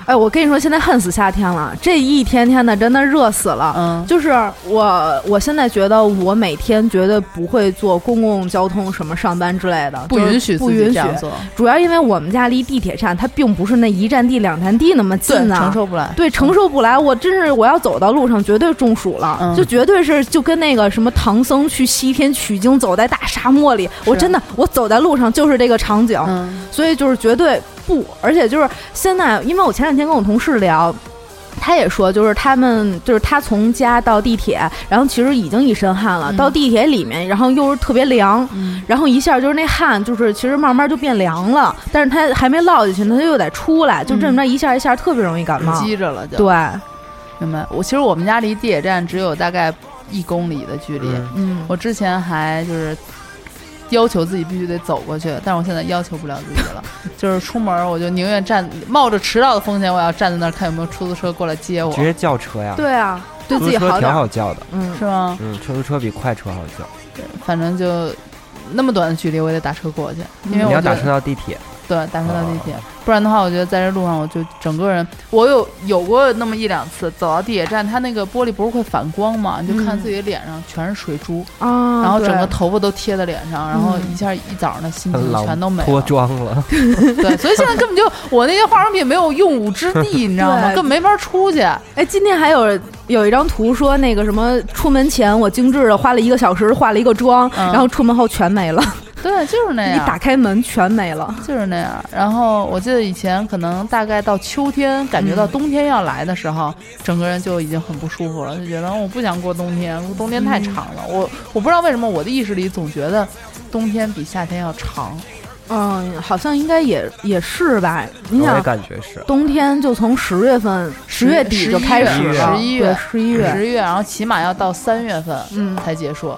B: 哎，我跟你说，现在恨死夏天了，这一天天的真的热死了。
A: 嗯，
B: 就是我，我现在觉得我每天绝对不会坐公共交通什么上班之类的，
A: 不
B: 就是
A: 允许自
B: 不
A: 己
B: 允
A: 这
B: 许。嗯
A: 样做，
B: 主要因为我们家离地铁站它并不是那一站地两站地那么
A: 对，
B: 近呢、
A: 承受不来。
B: 对，承受不来，我真是我要走到路上绝对中暑了，
A: 嗯
B: 就绝对是就跟那个什么唐僧去西天取经，走在大沙漠里，我真的我走在路上就是这个场景，
A: 嗯，
B: 所以就是绝对不，而且就是现在，因为我前两天跟我同事聊。他也说，就是他们，就是他从家到地铁，然后其实已经一身汗了，
A: 嗯
B: 到地铁里面，然后又是特别凉，
A: 嗯
B: 然后一下就是那汗，就是其实慢慢就变凉了，但是他还没落下去呢，他又得出来，就这么着一下一下特别容易感冒。
A: 积着了就。
B: 嗯对，
A: 明白。我其实我们家离地铁站只有大概一公里的距离。
E: 嗯
B: 嗯，
A: 我之前还就是要求自己必须得走过去，但是我现在要求不了自己 了。就是出门我就宁愿站，冒着迟到的风险，我要站在那儿看有没有出租车过来接我
E: 直，接叫车呀，
B: 对啊，对
E: 出租
B: 自己
E: 车
B: 好
E: 挺
B: 点儿。
E: 好叫的，
B: 嗯，
A: 是吗？
E: 嗯，出租车比快车好叫，
A: 反正就那么短的距离，我也得打车过去，
B: 嗯
A: 因为
E: 你
A: 我
E: 要
A: 觉
E: 打
A: 得
E: 车到地铁，
A: 对打车到地铁
E: 哦，
A: 不然的话，我觉得在这路上我就整个人，我有有过那么一两次走到地铁站，它那个玻璃不是会反光嘛，你就看
B: 嗯
A: 自己脸上全是水珠，
B: 啊，
A: 然后整个
B: 对
A: 头发都贴在脸上，然后
B: 嗯
A: 一下一早上的心情
E: 老
A: 全都没
E: 脱
A: 了。
E: 妆了，
A: 对，所以现在根本就我那些化妆品没有用武之地，你知道吗？根
B: 对
A: 本没法出去。
B: 哎，今天还有有一张图说那个什么，出门前我精致的花了一个小时化了一个妆，
A: 嗯
B: 然后出门后全没了，
A: 对，就是那
B: 一
A: 样。
B: 打开门全没了。
A: 就是那样。然后我记得以前可能大概到秋天，感觉到冬天要来的时候，整个人就已经很不舒服了，就觉得我不想过冬天，冬天太长了。我我不知道为什么我的意识里总觉得冬天比夏天要长。
B: 嗯，好像应该也也是吧。你
E: 我也
B: 想，
E: 感觉是。
B: 冬天就从十月份、十月底就开始了，
A: 十一月
B: 十一月，
A: 十一月，然后起码要到三月份
B: 嗯
A: 才结束。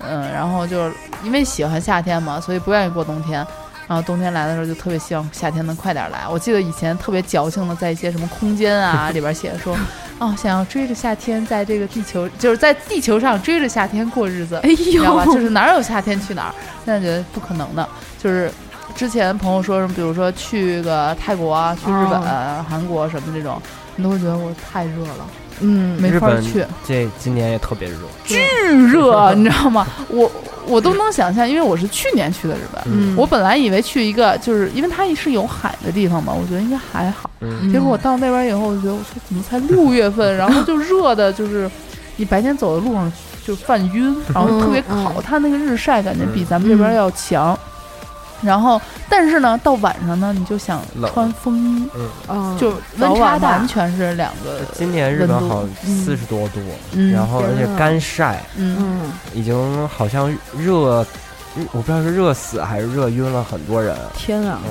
A: 嗯，然后就是因为喜欢夏天嘛，所以不愿意过冬天。然后冬天来的时候，就特别 希望夏天能快点来。我记得以前特别矫情的，在一些什么空间啊里边写说，哦，想要追着夏天，在这个地球，就是在地球上追着夏天过日子，
B: 哎
A: 你知道吧？就
B: 呦，
A: 是哪儿有夏天去哪儿，现在觉得不可能的。就是之前朋友说什么，比如说去个泰国啊、去日本、韩国什么这种，你都会觉得我太热了，
B: 嗯，
A: 没
E: 日
A: 法
E: 本
A: 去，
E: 这今年也特别热，
A: 巨 热，你知道吗？我我都能想象，因为我是去年去的日本。
B: 嗯，
A: 我本来以为去一个，就是因为它是有海的地方嘛，我觉得应该还好。
E: 嗯，
B: 嗯
A: 结果我到那边以后，我就觉得我说怎么才六月份，然后就热的，就是你白天走的路上就犯晕，然后特别烤，它那个日晒感觉比咱们这边要强。然后，但是呢，到晚上呢，你就想
E: 冷
A: 穿风衣，
B: 嗯
A: 就
B: 温差大
A: 完全是两个。
E: 今年日本好
A: 呃嗯
E: 四十多度，
A: 嗯
E: 然后
B: 天
E: 而且
B: 呐
E: 干晒，
A: 嗯，
B: 嗯
E: 已经好像热，嗯我不知道是热死还是热晕了很多人。
B: 天啊！
E: 嗯，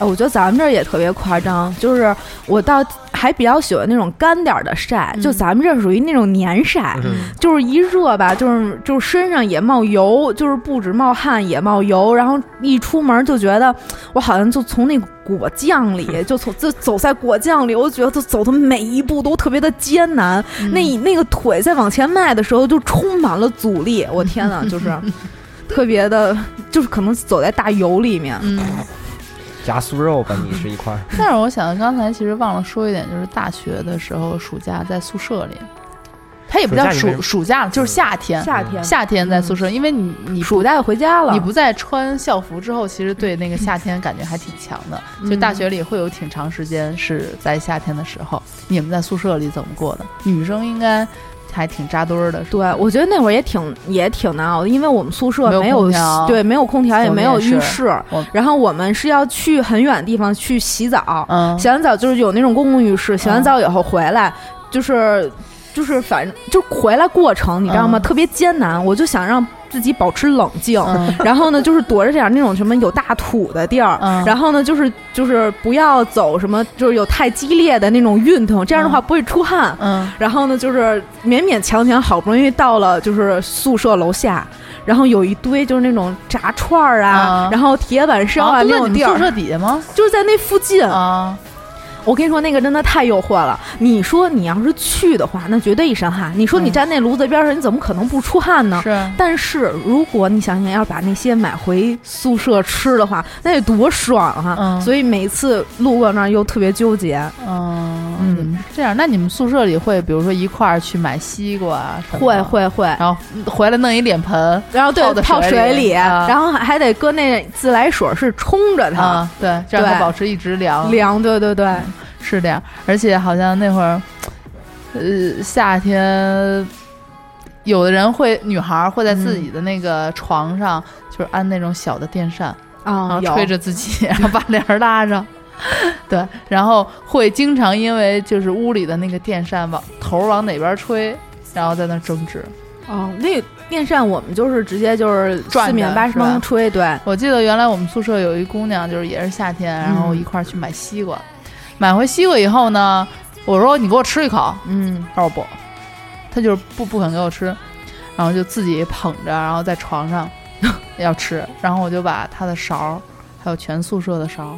B: 哎，我觉得咱们这儿也特别夸张，就是我倒还比较喜欢那种干点儿的晒，
A: 嗯
B: 就咱们这儿属于那种年晒，
E: 嗯
B: 就是一热吧，就是就是身上也冒油，就是不止冒汗也冒油，然后一出门就觉得我好像就从那果酱里，就从就走在果酱里，我觉得走的每一步都特别的艰难，
A: 嗯
B: 那那个腿在往前迈的时候就充满了阻力，我天呐， 就是特别的，就是可能走在大油里面，
A: 嗯，
E: 炸酥肉吧，你是一块儿。
A: 但是我想刚才其实忘了说一点，就是大学的时候暑假在宿舍里，它也不叫
E: 暑假你嗯为什
A: 暑
E: 么
A: 暑假，就是夏天，
B: 夏天
A: 夏天在宿舍，因为你你
B: 暑假也回家了，
A: 你不再穿校服之后，其实对那个夏天感觉还挺强的。
B: 嗯
A: 就大学里会有挺长时间是在夏天的时候，你们在宿舍里怎么过的？女生应该还挺扎堆儿的，是吧
B: 对，我觉得那会儿也挺也挺难熬的，因为我们宿舍
A: 没有
B: 没有
A: 空调
B: 对没有空调，也
A: 我们
B: 没有
A: 也是
B: 浴室
A: 我，
B: 然后我们是要去很远的地方去洗澡，
A: 嗯，
B: 洗完澡就是有那种公共浴室，洗完
A: 嗯
B: 澡以后回来就是就是反正就回来过程你知道吗？
A: 嗯
B: 特别艰难，我就想让自己保持冷静，
A: 嗯
B: 然后呢，就是躲着点儿那种什么有大土的地儿，
A: 嗯
B: 然后呢，就是就是不要走什么，就是有太激烈的那种运动，这样的话不会出汗。
A: 嗯，
B: 然后呢，就是勉勉强强，好不容易到了就是宿舍楼下，然后有一堆就是那种炸串儿啊，
A: 嗯
B: 然后铁板烧
A: 啊
B: 啊
A: 都
B: 那
A: 在
B: 种
A: 你
B: 地
A: 们宿
B: 儿，嗯
A: 舍底下 吗？
B: 就是在那附近。
A: 啊，
B: 我跟你说，那个真的太诱惑了。你说你要是去的话，那绝对一身汗。你说你
A: 嗯
B: 站那炉子边上，你怎么可能不出汗呢？
A: 是。
B: 但是如果你想想要把那些买回宿舍吃的话，那得多爽啊！
A: 嗯
B: 所以每次路过那儿又特别纠结，
A: 嗯，
B: 嗯
A: 你们是这样，那你们宿舍里会比如说一块儿去买西瓜啊什么
B: 会
A: 的，
B: 会会。
A: 然后回来弄一脸盆
B: 然后对
A: 泡在
B: 泡
A: 水
B: 水
A: 里啊
B: 然后还还得搁那自来水是冲着它
A: 啊，对，这样
B: 对
A: 它保持一直凉。
B: 凉，对对对，
A: 是这样，而且好像那会儿，呃，夏天，有的人会，女孩儿会在自己的那个床上，就是安那种小的电扇，
B: 啊
A: 然
B: 有
A: 后吹着自己， 然后把帘儿拉上。对，然后会经常因为就是屋里的那个电扇往头儿往哪边吹，然后在那儿争执。
B: 哦，那电扇我们就是直接就是
A: 转
B: 四面
A: 着
B: 八
A: 是吧
B: 方吹，对，
A: 我记得原来我们宿舍有一姑娘，就是也是夏天，然后一块儿去买西瓜，买回西瓜以后呢，我说你给我吃一口，
B: 嗯，
A: 他说不，他就是不不肯给我吃，然后就自己捧着，然后在床上 要吃，然后我就把他的勺儿，还有全宿舍的勺儿，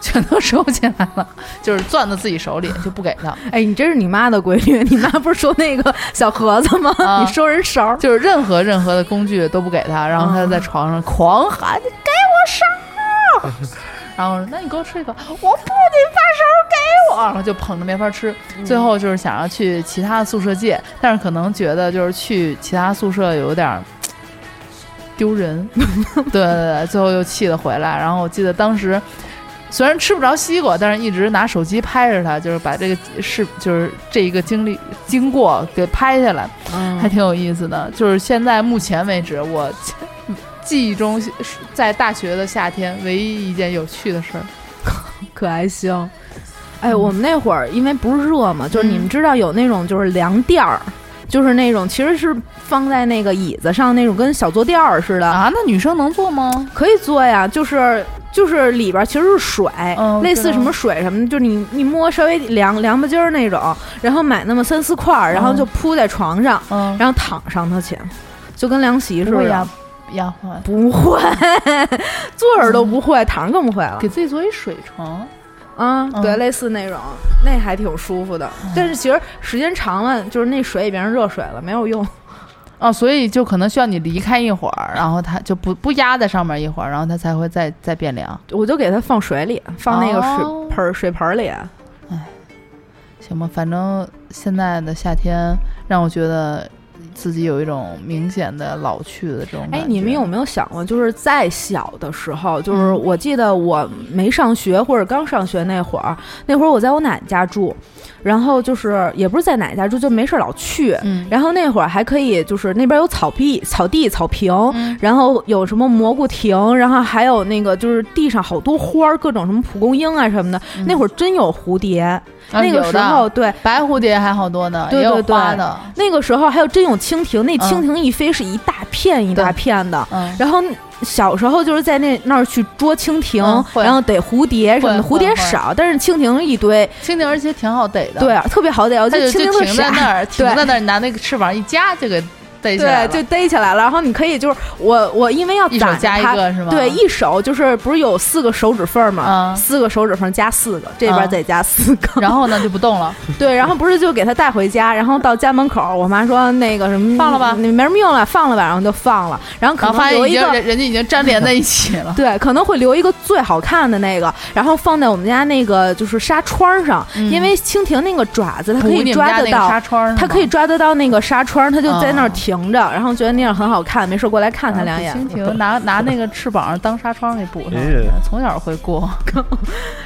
A: 全都收起来了，就是攥到自己手里就不给他，
B: 哎，你真是你妈的闺女，你妈不是说那个小盒子吗？
A: 啊
B: 你收人勺儿，
A: 就是任何任何的工具都不给他，然后他就在床上狂喊：“你给我勺儿！”然后我说：“那你给我吃一口。”我不，你把勺儿给我，然后就捧着没法吃。最后就是想要去其他的宿舍借，但是可能觉得就是去其他宿舍有点儿。丢人，对对对，最后又气得回来。然后我记得当时虽然吃不着西瓜，但是一直拿手机拍着他，就是把这个事，就是这一个经历经过给拍下来。还
B: 还
A: 挺有意思的。就是现在目前为止，我记忆中是在大学的夏天唯一一件有趣的事儿。
B: 可还行。哎，我们那会儿因为不是热嘛，就是你们知道有那种就是凉垫儿，就是那种其实是放在那个椅子上那种跟小坐垫儿似的，
A: 啊，那女生能做吗？
B: 可以坐呀，就是。就是里边其实是水，
A: 嗯
B: 类
A: 知
B: 似
A: 道
B: 什么水什么的，就是你你摸稍微凉凉吧唧儿那种，然后买那么三四块儿，然后
A: 嗯
B: 就铺在床上，
A: 嗯，
B: 然后躺上它去，就跟凉席似
A: 不会
B: 的
A: 压。压坏，
B: 不会，坐着都不会，躺着更不会了
A: 给。自己做一水床。
B: 嗯，
A: 嗯
B: 对，类似那种，那还挺舒服的。但是其实时间长了，就是那水也变成热水了，没有用。
A: 哦，所以就可能需要你离开一会儿，然后它就不不压在上面一会儿，然后它才会再再变凉。
B: 我就给它放水里，放那个
A: 哦
B: 水盆儿、水盆儿里。啊
A: 行吧，反正现在的夏天让我觉得自己有一种明显的老去的这种感
B: 哎
A: 觉。，嗯
B: 你们有没有想过，就是在小的时候，就是我记得我没上学或者刚上学那会儿，那会儿我在我奶奶家住，然后就是也不是在奶奶家住，就没事儿老去。
A: 嗯，
B: 然后那会儿还可以，就是那边有草地、草地、草坪，
A: 嗯
B: 然后有什么蘑菇亭，然后还有那个就是地上好多花儿，各种什么蒲公英啊什么的。
A: 嗯
B: 那会儿真有蝴蝶，
A: 啊
B: 那个
A: 有
B: 时
A: 的
B: 候对，
A: 白蝴蝶还好多呢，
B: 对
A: 也有
B: 对对
A: 花的，
B: 那个时候还有真有蜻蜓，那蜻蜓一飞是一大片一
A: 嗯
B: 大
A: 对
B: 片的。
A: 嗯，
B: 然后小时候就是在那那儿去捉蜻蜓，
A: 嗯会
B: 然后逮蝴蝶什么的，
A: 会
B: 蝴蝶
A: 会会
B: 少，但是蜻蜓一堆，
A: 蜻蜓而且挺好逮的，
B: 对，，特别好逮。我
A: 它
B: 觉得
A: 就
B: 蜻蜓
A: 就
B: 特
A: 停在
B: 傻
A: 那儿，停
B: 哎
A: 在
B: 对
A: 那儿，拿那个翅膀一夹就给逮起来
B: 对，
A: 了，
B: 就逮起来了。然后你可以就是我我因为要
A: 一手
B: 攒
A: 夹
B: 它
A: 一个是吗？
B: 对，一手就是不是有四个手指缝儿吗？
A: 嗯
B: 四个手指缝儿加四个，这
A: 嗯
B: 边再加四 个。
A: 然后呢就不动了，
B: 对，然后不是就给他带回家，然后到家门口，我妈说那个什么
A: 放了吧
B: 你没什么用了，放了吧，然后就放了。然后可
A: 然后发
B: 能
A: 现
B: 留
A: 已
B: 一
A: 经
B: 个。
A: 人人家已经粘连在一起了
B: 对，可能会留一个最好看的那个，然后放在我们家那个就是纱窗上，
A: 嗯
B: 因为蜻蜓那个爪子它可
A: 涂
B: 以
A: 你们
B: 抓
A: 家
B: 得
A: 那个
B: 到
A: 纱。窗是吗，
B: 它可以抓得到那个纱窗，它就在那儿
A: 嗯
B: 停着，然后觉得那样很好看，没事过来看
A: 啊
B: 它两眼。
A: 蜻蜓拿拿那个翅膀当纱窗给补上
C: 嗯，
A: 从小会过。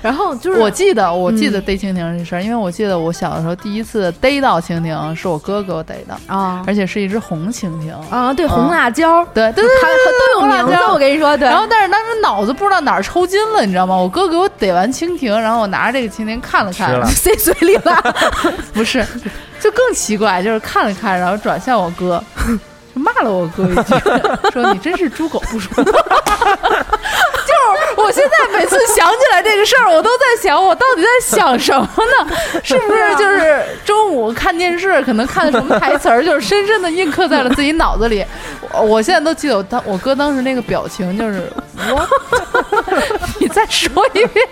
B: 然后就是
A: 我记得我记
B: 嗯
A: 得逮蜻蜓这事儿，因为我记得我小的时候第一次逮到蜻蜓是我哥给我逮的，
B: 啊
A: 而且是一只红蜻蜓。
B: 啊，
A: 嗯
B: 对红 辣椒，
A: 对对对
B: 它它都有
A: 红辣
B: 名字，
A: 椒
B: 我跟你说，对。
A: 然后，但是当时脑子不知道哪儿抽筋了，你知道吗？我哥给我逮完蜻蜓，然后我拿着这个蜻蜓看了看，
C: 吃了
B: 塞嘴里了，
A: 不是，就更奇怪，就是看了看，然后转向我哥，就骂了我哥一句， 说你真是猪狗不如。 就是我现在每次想起来这个事儿，我都在想我到底在想什么呢？是不是就是中午看电视，可能看的什么台词儿，就是深深的印刻在了自己脑子里。我我现在都记得我当我哥当时那个表情，就是我， 你再说一遍。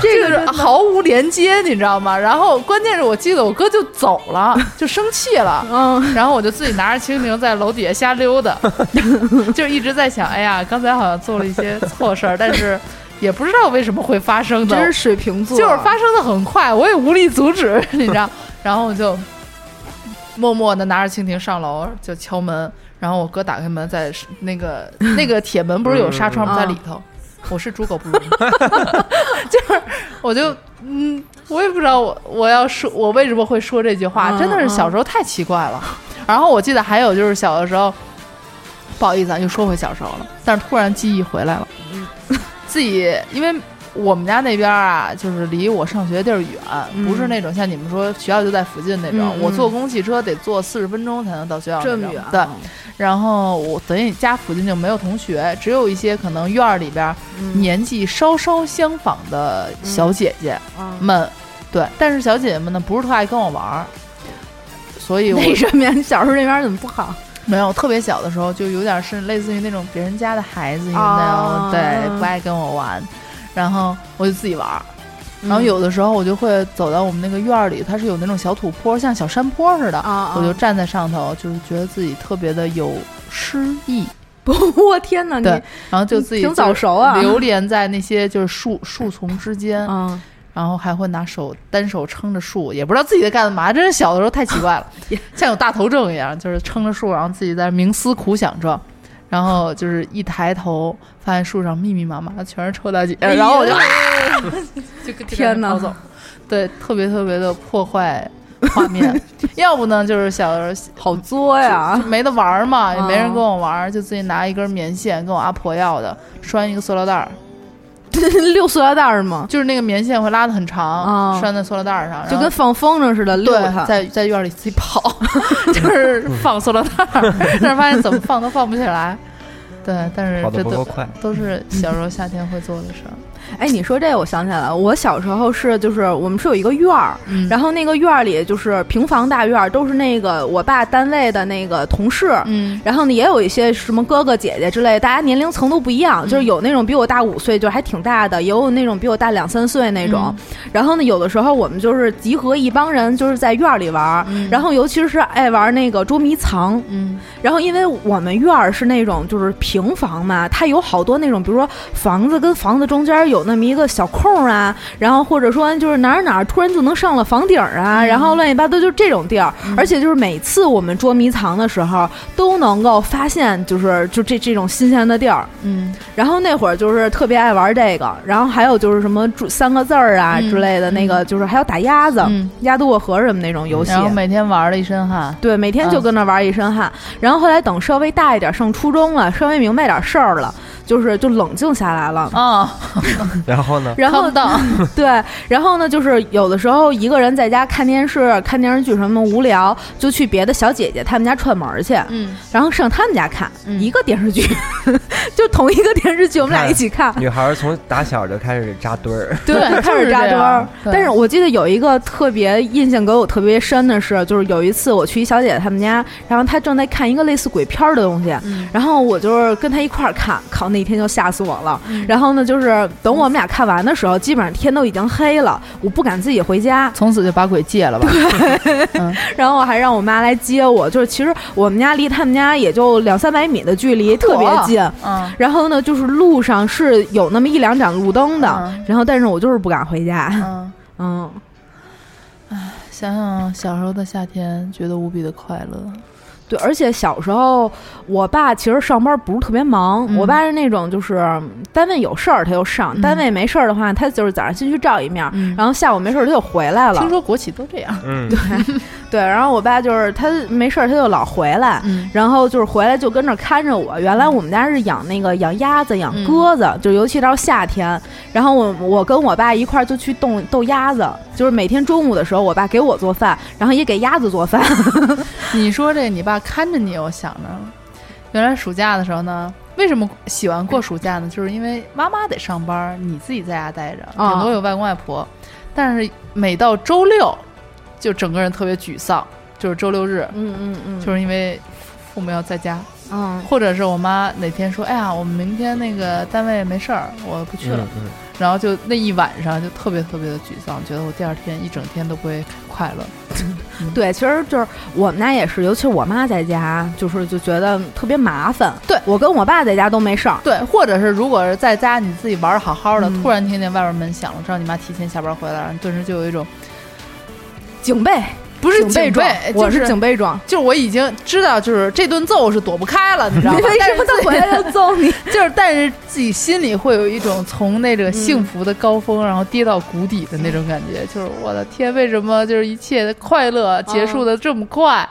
A: 这个是毫无连接，你知道吗？然后关键是我记得我哥就走了，就生气了，
B: 嗯，
A: 然后我就自己拿着蜻蜓在楼底下瞎溜达， 就一直在想，哎呀，刚才好像做了一些错事儿，但是也不知道为什么会发生的，
B: 真是水瓶座，
A: 就是发生的很快，我也无力阻止， 你知道？然后我就默默的拿着蜻蜓上楼，就敲门，然后我哥打开门，在那个 那个铁门不是有纱窗吗？
B: 嗯
A: 在里头，我是猪狗不如， 就是我就嗯，我也不知道我我要说我为什么会说这句话，
B: 嗯
A: 真的是小时候太奇怪了。然后我记得还有就是小的时候，不好意思啊，又说回小时候了，但是突然记忆回来了，自己因为。我们家那边啊，就是离我上学地儿远，
B: 嗯
A: 不是那种像你们说学校就在附近那种。
B: 嗯嗯
A: 我坐公共汽车得坐四十分钟才能到学校那
B: 这
A: 种，
B: 么远，啊
A: 对，然后我等于家附近就没有同学，只有一些可能院儿里边儿
B: 嗯，
A: 年纪稍稍相仿的小姐姐
B: 嗯
A: 们，对，但是小姐姐们呢不是特爱跟我玩儿，所以我
B: 为什么呀？你小时候那边儿怎么不好？
A: 没有特别小的时候就有点是类似于那种别人家的孩子，你知道
B: 啊
A: 吗？对，不爱跟我玩，然后我就自己玩儿。
B: 嗯
A: 然后有的时候我就会走到我们那个院儿里，它是有那种小土坡，像小山坡似的，
B: 啊，
A: 我就站在上头，就是觉得自己特别的有诗意，
B: 不， 我天嗯哪，你
A: 啊对，然后就自己
B: 挺
A: 就
B: 早熟啊
A: 流连在那些就是树树丛之间，
B: 嗯，
A: 然后还会拿手单手撑着树，也不知道自己在干嘛，真是小的时候太奇怪了
B: 也，
A: 像有大头症一样，就是撑着树，然后自己在冥思苦想着。然后就是一抬头，发现树上密密麻麻的全是臭大姐，
B: 哎呀
A: 然后 我就就跟
B: 天哪
A: 跑走， 对，特别特别的破坏画面。要不呢，就是小的时候
B: 好作呀
A: 就，没得玩儿嘛，也没人
B: 嗯
A: 跟我玩儿，就自己拿一根棉线，跟我阿婆要的，拴一个塑料袋儿，
B: 溜塑料袋儿吗？
A: 就是那个棉线会拉的很长，
B: 哦
A: 拴在塑料袋儿上，
B: 就
A: 然
B: 跟
A: 后
B: 放风筝似的溜
A: 嗯对，
B: 它，
A: 在在院里自己跑， 就是放塑料袋儿，但是发现怎么嗯放都放不起来。对，但是
E: 跑
A: 这
E: 得不够
A: 都
E: 快。
A: 都是小时候夏天会做的事儿。
B: 哎，你说这个我想起来了，我小时候是就是我们是有一个院儿，
A: 嗯
B: 然后那个院儿里就是平房大院儿，都是那个我爸单位的那个同事，
A: 嗯
B: 然后呢也有一些什么哥哥姐姐之类，大家年龄层都不一
A: 嗯
B: 样，就是有那种比我大五岁，就还挺大的，也有那种比我大两三岁那
A: 嗯
B: 种。然后呢，有的时候我们就是集合一帮人，就是在院儿里玩儿，然后尤其是爱玩那个捉迷藏，
A: 嗯
B: 然后，因为我们院儿是那种就是平房嘛，它有好多那种，比如说房子跟房子中间有那么一个小空啊，然后或者说就是哪儿哪儿突然就能上了房顶儿
A: 嗯
B: 啊，然后乱七八糟就这种地儿。而且就是每次我们捉迷藏的时候，都能够发现就是就这这种新鲜的地儿。
A: 嗯
B: 然后那会儿就是特别爱玩这个，然后还有就是什么注三个字儿啊
A: 嗯
B: 之类的，那个就是还有打鸭子、
A: 嗯，
B: 鸭子过河什么那种游戏。
A: 然后每天玩了一身汗，
B: 对，每天就跟那玩一身汗。然后后来等稍微大一点，上初中了，稍微明白点事儿了，就是就冷静下来了。
A: 哦，
E: 然后呢？
B: 然后
A: 看不到，
B: 对，然后呢，就是有的时候一个人在家看电视、看电视剧什么无聊，就去别的小姐姐她们家串门儿去，
A: 嗯
B: 然后上她们家看、
A: 嗯
B: 一个电视剧， 就同一个电视剧，我们俩一起看。
E: 女孩儿从打小就开始扎堆 儿，
A: 对
B: 开
A: 就是
B: 始扎
A: 这
B: 堆儿
A: 样。对
B: 但是我记得有一个特别印象给我特别深的是，就是有一次我去一小姐姐她们家，然后她正在看一个类似鬼片儿的东西，
A: 嗯
B: 然后我就是跟她一块儿看，靠，那一天就吓死我了。
A: 嗯
B: 然后呢，就是等我们俩看完的时候，基本上天都已经黑了，我不敢自己回家，
A: 从此就把鬼戒了吧？
B: 然后还让我妈来接我。就是其实我们家离他们家也就两三百米的距离，特别近。
A: 嗯，
B: 然后呢，就是路上是有那么一两盏路灯的，
A: 嗯
B: 然后但是我就是不敢回家。
A: 嗯，
B: 嗯，
A: 想想小时候的夏天，觉得无比的快乐。
B: 对，而且小时候我爸其实上班不是特别忙，
A: 嗯
B: 我爸是那种就是单位有事儿他就上，
A: 嗯
B: 单位没事儿的话他就是早上先去照一面，
A: 嗯
B: 然后下午没事儿他就回来
A: 听
B: 了。
A: 说国企都这样。
E: 嗯，
B: 对，然后我爸就是他没事儿他就老回来。
A: 嗯
B: 然后就是回来就跟那儿看着我。原来我们家是养那个养鸭子、
A: 嗯
B: 养鸽子，就尤其到夏天。然后我我跟我爸一块儿就去逗逗鸭子，就是每天中午的时候，我爸给我做饭，然后也给鸭子做饭。
A: 你说这，你爸看着你，我想着，原来暑假的时候呢，为什么喜欢过暑假呢？就是因为妈妈得上班，你自己在家待着，
B: 啊
A: 顶多有外公外婆。但是每到周六，就整个人特别沮丧，就是周六日，
B: 嗯嗯嗯
A: 就是因为父母要在家，
B: 嗯
A: 或者是我妈哪天说，哎呀，我们明天那个单位没事儿，我不去了。
E: 嗯嗯
A: 然后就那一晚上就特别特别的沮丧，觉得我第二天一整天都不会快乐。
B: 对，其实就是我们家也是，尤其是我妈在家，就是就觉得特别麻烦。
A: 对
B: 我跟我爸在家都没事儿。
A: 对，或者是如果是在家你自己玩的好好的，
B: 嗯
A: 突然听见外边门响了，知道你妈提前下班回来了，你顿时就有一种
B: 警备
A: 不是备
B: 备状，，
A: 就
B: 我
A: 是
B: 警备状。
A: 就是我已经知道，就是这顿揍是躲不开了，你 知道吗？
B: 为
A: 但
B: 什么
A: 是
B: 他
A: 自己
B: 回来就 揍你？
A: 就是，但是自己心里会有一种从那个幸福的高峰，然后跌到谷底的那种感觉，就是我的天，为什么就是一切的快乐结束的这么快？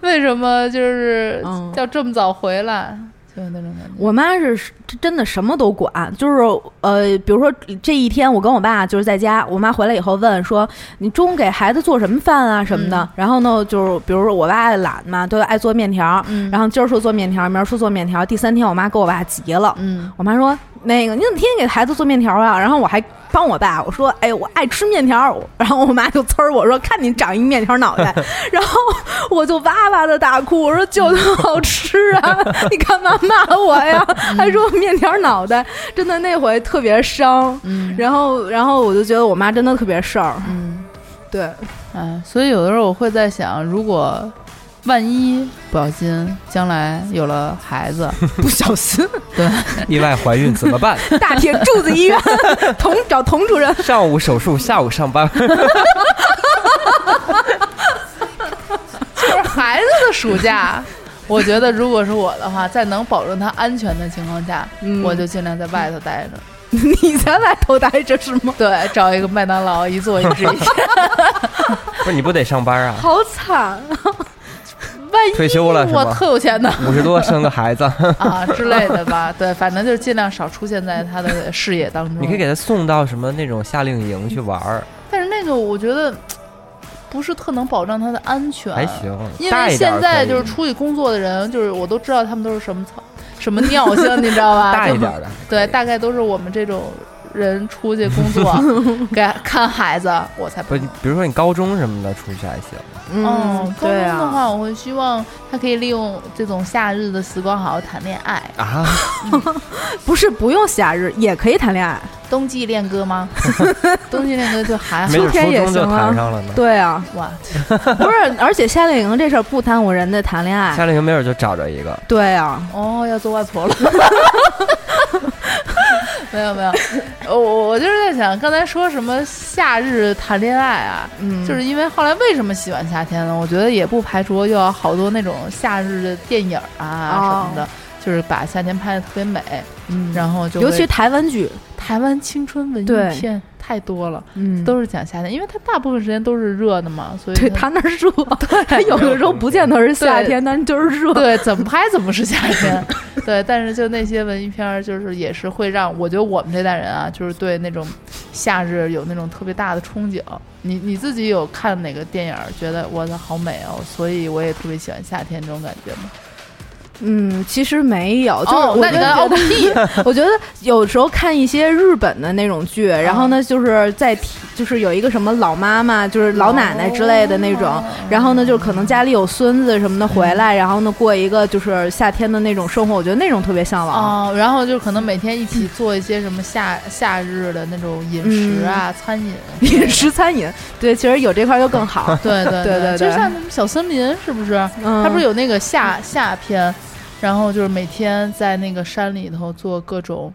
A: 为什么就是
B: 嗯
A: 要这么早回来？就是那种感觉。
B: 我妈是真的什么都管，就是呃，比如说这一天我跟我爸就是在家，我妈回来以后问说你中午给孩子做什么饭啊什么的，
A: 嗯
B: 然后呢就是比如说我爸懒嘛，都爱做面条，
A: 嗯
B: 然后今儿说做面条，明儿说做面条，第三天我妈给我爸急了，
A: 嗯，
B: 我妈说：“那个你怎么天天给孩子做面条啊？”然后我还帮我爸，我说：“哎，我爱吃面条。”然后我妈就呲儿我说：“看你长一面条脑袋。”然后我就哇哇的大哭，我说：“舅舅好吃啊！你干嘛骂我呀？还说我面条脑袋，真的那回特别伤。”
A: 嗯
B: 然后，然后我就觉得我妈真的特别事儿，
A: 嗯，
B: 对，
A: 哎，所以有的时候我会在想，如果万一不小心将来有了孩 子，
B: 不 小心
E: 意外怀孕怎么办？
B: 大铁柱子医院 童找童主任，
E: 上午手术，下午上班，
A: 就是孩子的暑假。我觉得，如果是我的话，在能保证他安全的情况下，
B: 嗯
A: 我就尽量在外头待着。
E: 嗯
B: 你在外头待着是吗？
A: 对，找一个麦当劳一坐 一直一天，
E: 不是你不得上班啊？
B: 好惨，
A: 万一
E: 退休了是
A: 哎我
E: 吗？
A: 特有钱呢
E: 五十多生个孩子，
A: 啊之类的吧。对，反正就是尽量少出现在他的视野当中。
E: 你可以给他送到什么那种夏令营去玩儿，
A: 但是那个我觉得不是特能保障他的安全，
E: 还。行。
A: 啊因
E: 大
A: 为
E: 一点儿
A: 现在
E: 可以
A: 就是出去工作的人，就是我都知 道他们都是什么草什么尿性，你知道吧？
E: 大一
A: 就
E: 点儿的，
A: 对，大概都是我们这种人出去工作， 给看孩子，我才
E: 不，
A: 不。
E: 比如说你高中什么的出去还行，
A: 嗯，高中
B: 对
A: 的
B: 啊，
A: 话，我会希望他可以利用这种夏日的时光好好谈恋爱。
E: 啊，
B: 不是不用夏日也可以谈恋爱，
A: 冬季恋歌吗？ 冬季恋歌就还好
E: 没。准
B: 秋天
E: 初
B: 也
E: 中就
B: 行啊
E: 谈上了呢。
B: 对啊，
A: 哇，
B: 不是，而且夏令营这事儿不耽误人的谈 恋爱，
E: 夏令营没准就找着一个，
B: 对啊，
A: 哦，要做外婆 了。没有没有，我我我就是在想，刚才说什么夏日谈恋爱啊，
B: 嗯，
A: 就是因为后来为什么喜欢夏天呢？我觉得也不排除又有好多那种夏日的电影啊
B: 哦
A: 什么的，就是把夏天拍的特别美，
B: 嗯
A: 然后就
B: 尤
A: 会
B: 其台湾剧，
A: 台湾青春文
B: 对
A: 艺片太多了，
B: 嗯
A: 都是讲夏天，因为它大部分时间都是热的嘛，所以
B: 对
A: 它
B: 他那儿 热，对，有的时候不见得是夏天，但就是 热，
A: 对怎么拍怎么是夏天，对，但是就那些文艺片儿，就是也是会让我觉得我们这代人啊，就是对那种夏日有那种特别大的憧憬。你你自己有看哪个电影儿觉得我操好美哦，所以我也特别喜欢夏天这种感觉吗？
B: 嗯，其实没有，就是
A: 哦，
B: 我
A: 那
B: 就
A: 你的
B: 觉得
A: OP
B: 我觉得有时候看一些日本的那种剧，
A: 哦
B: 然后呢，就是在提，就是有一个什么老妈妈，就是老奶奶之类的那种
A: 哦，嗯
B: 然后呢，就是可能家里有孙子什么的回来，然后呢，过一个就是夏天的那种生活，我觉得那种特别向往。
A: 哦，然后就可能每天一起做一些什么夏夏日的那种饮食啊、餐饮。。
B: 嗯饮食餐 饮，对，其实有这块就更好
A: 对对
B: 对对
A: 就
B: 对
A: 像什么小森林是不是？
B: 嗯，
A: 它不是有那个夏夏篇，然后就是每天在那个山里头做各种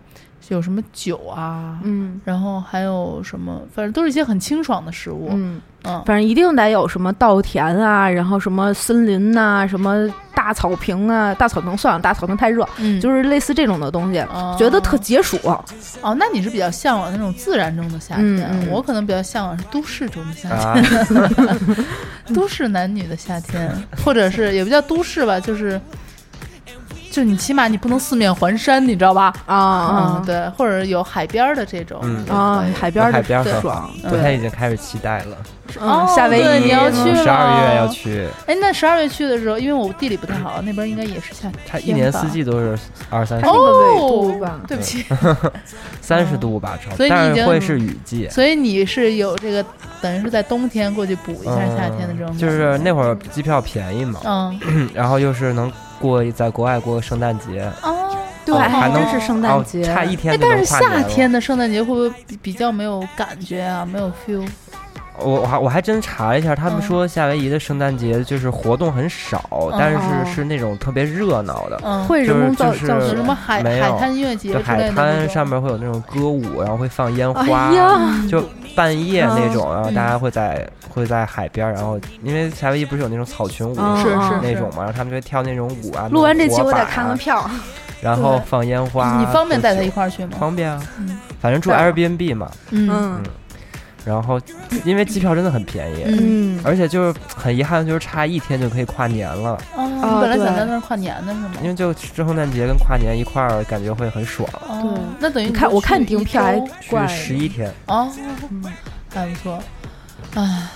A: 有什么酒啊，
B: 嗯
A: 然后还有什么，反正都是一些很清爽的食物。
B: 嗯，
A: 嗯
B: 反正一定得有什么稻田啊，然后什么森林呐、什么大草坪啊，大草坪算了，大草坪太热，
A: 嗯
B: 就是类似这种的东西，
A: 哦
B: 觉得特解暑。
A: 哦，那你是比较向往那种自然中的夏天，
B: 嗯嗯
A: 我可能比较向往是都市中的夏天。
E: 啊，
A: 都市男女的夏天， 或者是也不叫都市吧，就是，就你起码你不能四面环山，你知道吧？
B: 啊啊
E: 哦
A: 嗯，，对，或者有海边儿的这种，
E: 嗯
A: 对
B: 啊
A: 对，
B: 海边儿
E: 海
B: 的
E: 边儿很
B: 爽，
A: 嗯
E: 我现在已经开始期待了。
A: 哦
B: 嗯，夏威
A: 对
B: 夷
A: 你要去
E: 十
A: 了
E: 二月要去，
A: 哎，那十二月去的时候，因为我地理不太好，那边应该也是夏天。
E: 它一年四季都是二三十
B: 它那个纬
A: 哦
B: 度吧，
A: 对不起，
E: 三十度吧，差
A: 嗯
E: 不
A: 所
E: 多，
A: 以你已
E: 但是
A: 经
E: 会是雨季。
A: 所以你是有这个，等于是在冬天过去补一下夏天的这种感
E: 嗯
A: 觉。
E: 就是那会儿机票便宜嘛，
A: 嗯
E: 然后又是能过一在国外过个圣诞节，
A: 哦，
B: 对，
E: 哦
B: 还
E: 还
B: 真
E: 能
B: 是
E: 哦
B: 圣诞节，
E: 差一天
A: 哎，
E: 就
A: 但
E: 能
A: 是
E: 跨年了。
A: 夏天的圣诞节会不会比比较没有感觉啊？没有 feel？
E: 我我还我还真查了一下，他们
A: 嗯
E: 说夏威夷的圣诞节就是活动很少，但
B: 哦
E: 是是那种特别热闹的，
A: 嗯，
B: 会
E: 就
B: 人
E: 是
B: 工造
E: 就是
B: 造
A: 有
B: 成
A: 什么海
E: 没有
A: 海滩音乐节之
E: 就
A: 类
E: 海
A: 的那
E: 滩
A: 种
E: 上面会有那种歌舞，然后会放烟
B: 哎
E: 花，
B: 呀，
E: 就半夜那种，然后
A: 嗯
E: 大家会在会在海边，然后因为夏威夷不是有那种草裙舞
B: 嗯是是
E: 那种嘛，然后他们就会跳那种舞啊。
B: 录完这期
E: 那种
B: 我
E: 火把
B: 得
E: 啊
B: 看看票，
E: 然后放烟花。
A: 你方便带他
E: 喝
A: 一
E: 酒
A: 块儿去吗？
E: 方便啊
A: 嗯，
E: 反正住
B: 对
E: Airbnb 嘛，
A: 嗯
B: 嗯
E: 然后因为机票真的很便宜，
A: 嗯
B: 嗯，
E: 而且就是很遗憾，就是差一天就可以跨年了，
A: 哦，
B: 啊
A: 你本来想
B: 对
A: 在那儿跨年的是吗？
E: 因为就圣诞节跟跨年一块儿，感觉会很爽。
A: 哦，那等于
B: 你看
A: 就
B: 我看
A: 去
B: 你订
A: 一
B: 票还
A: 周
E: 去
B: 怪
E: 十一天，
A: 哦，还不错。唉，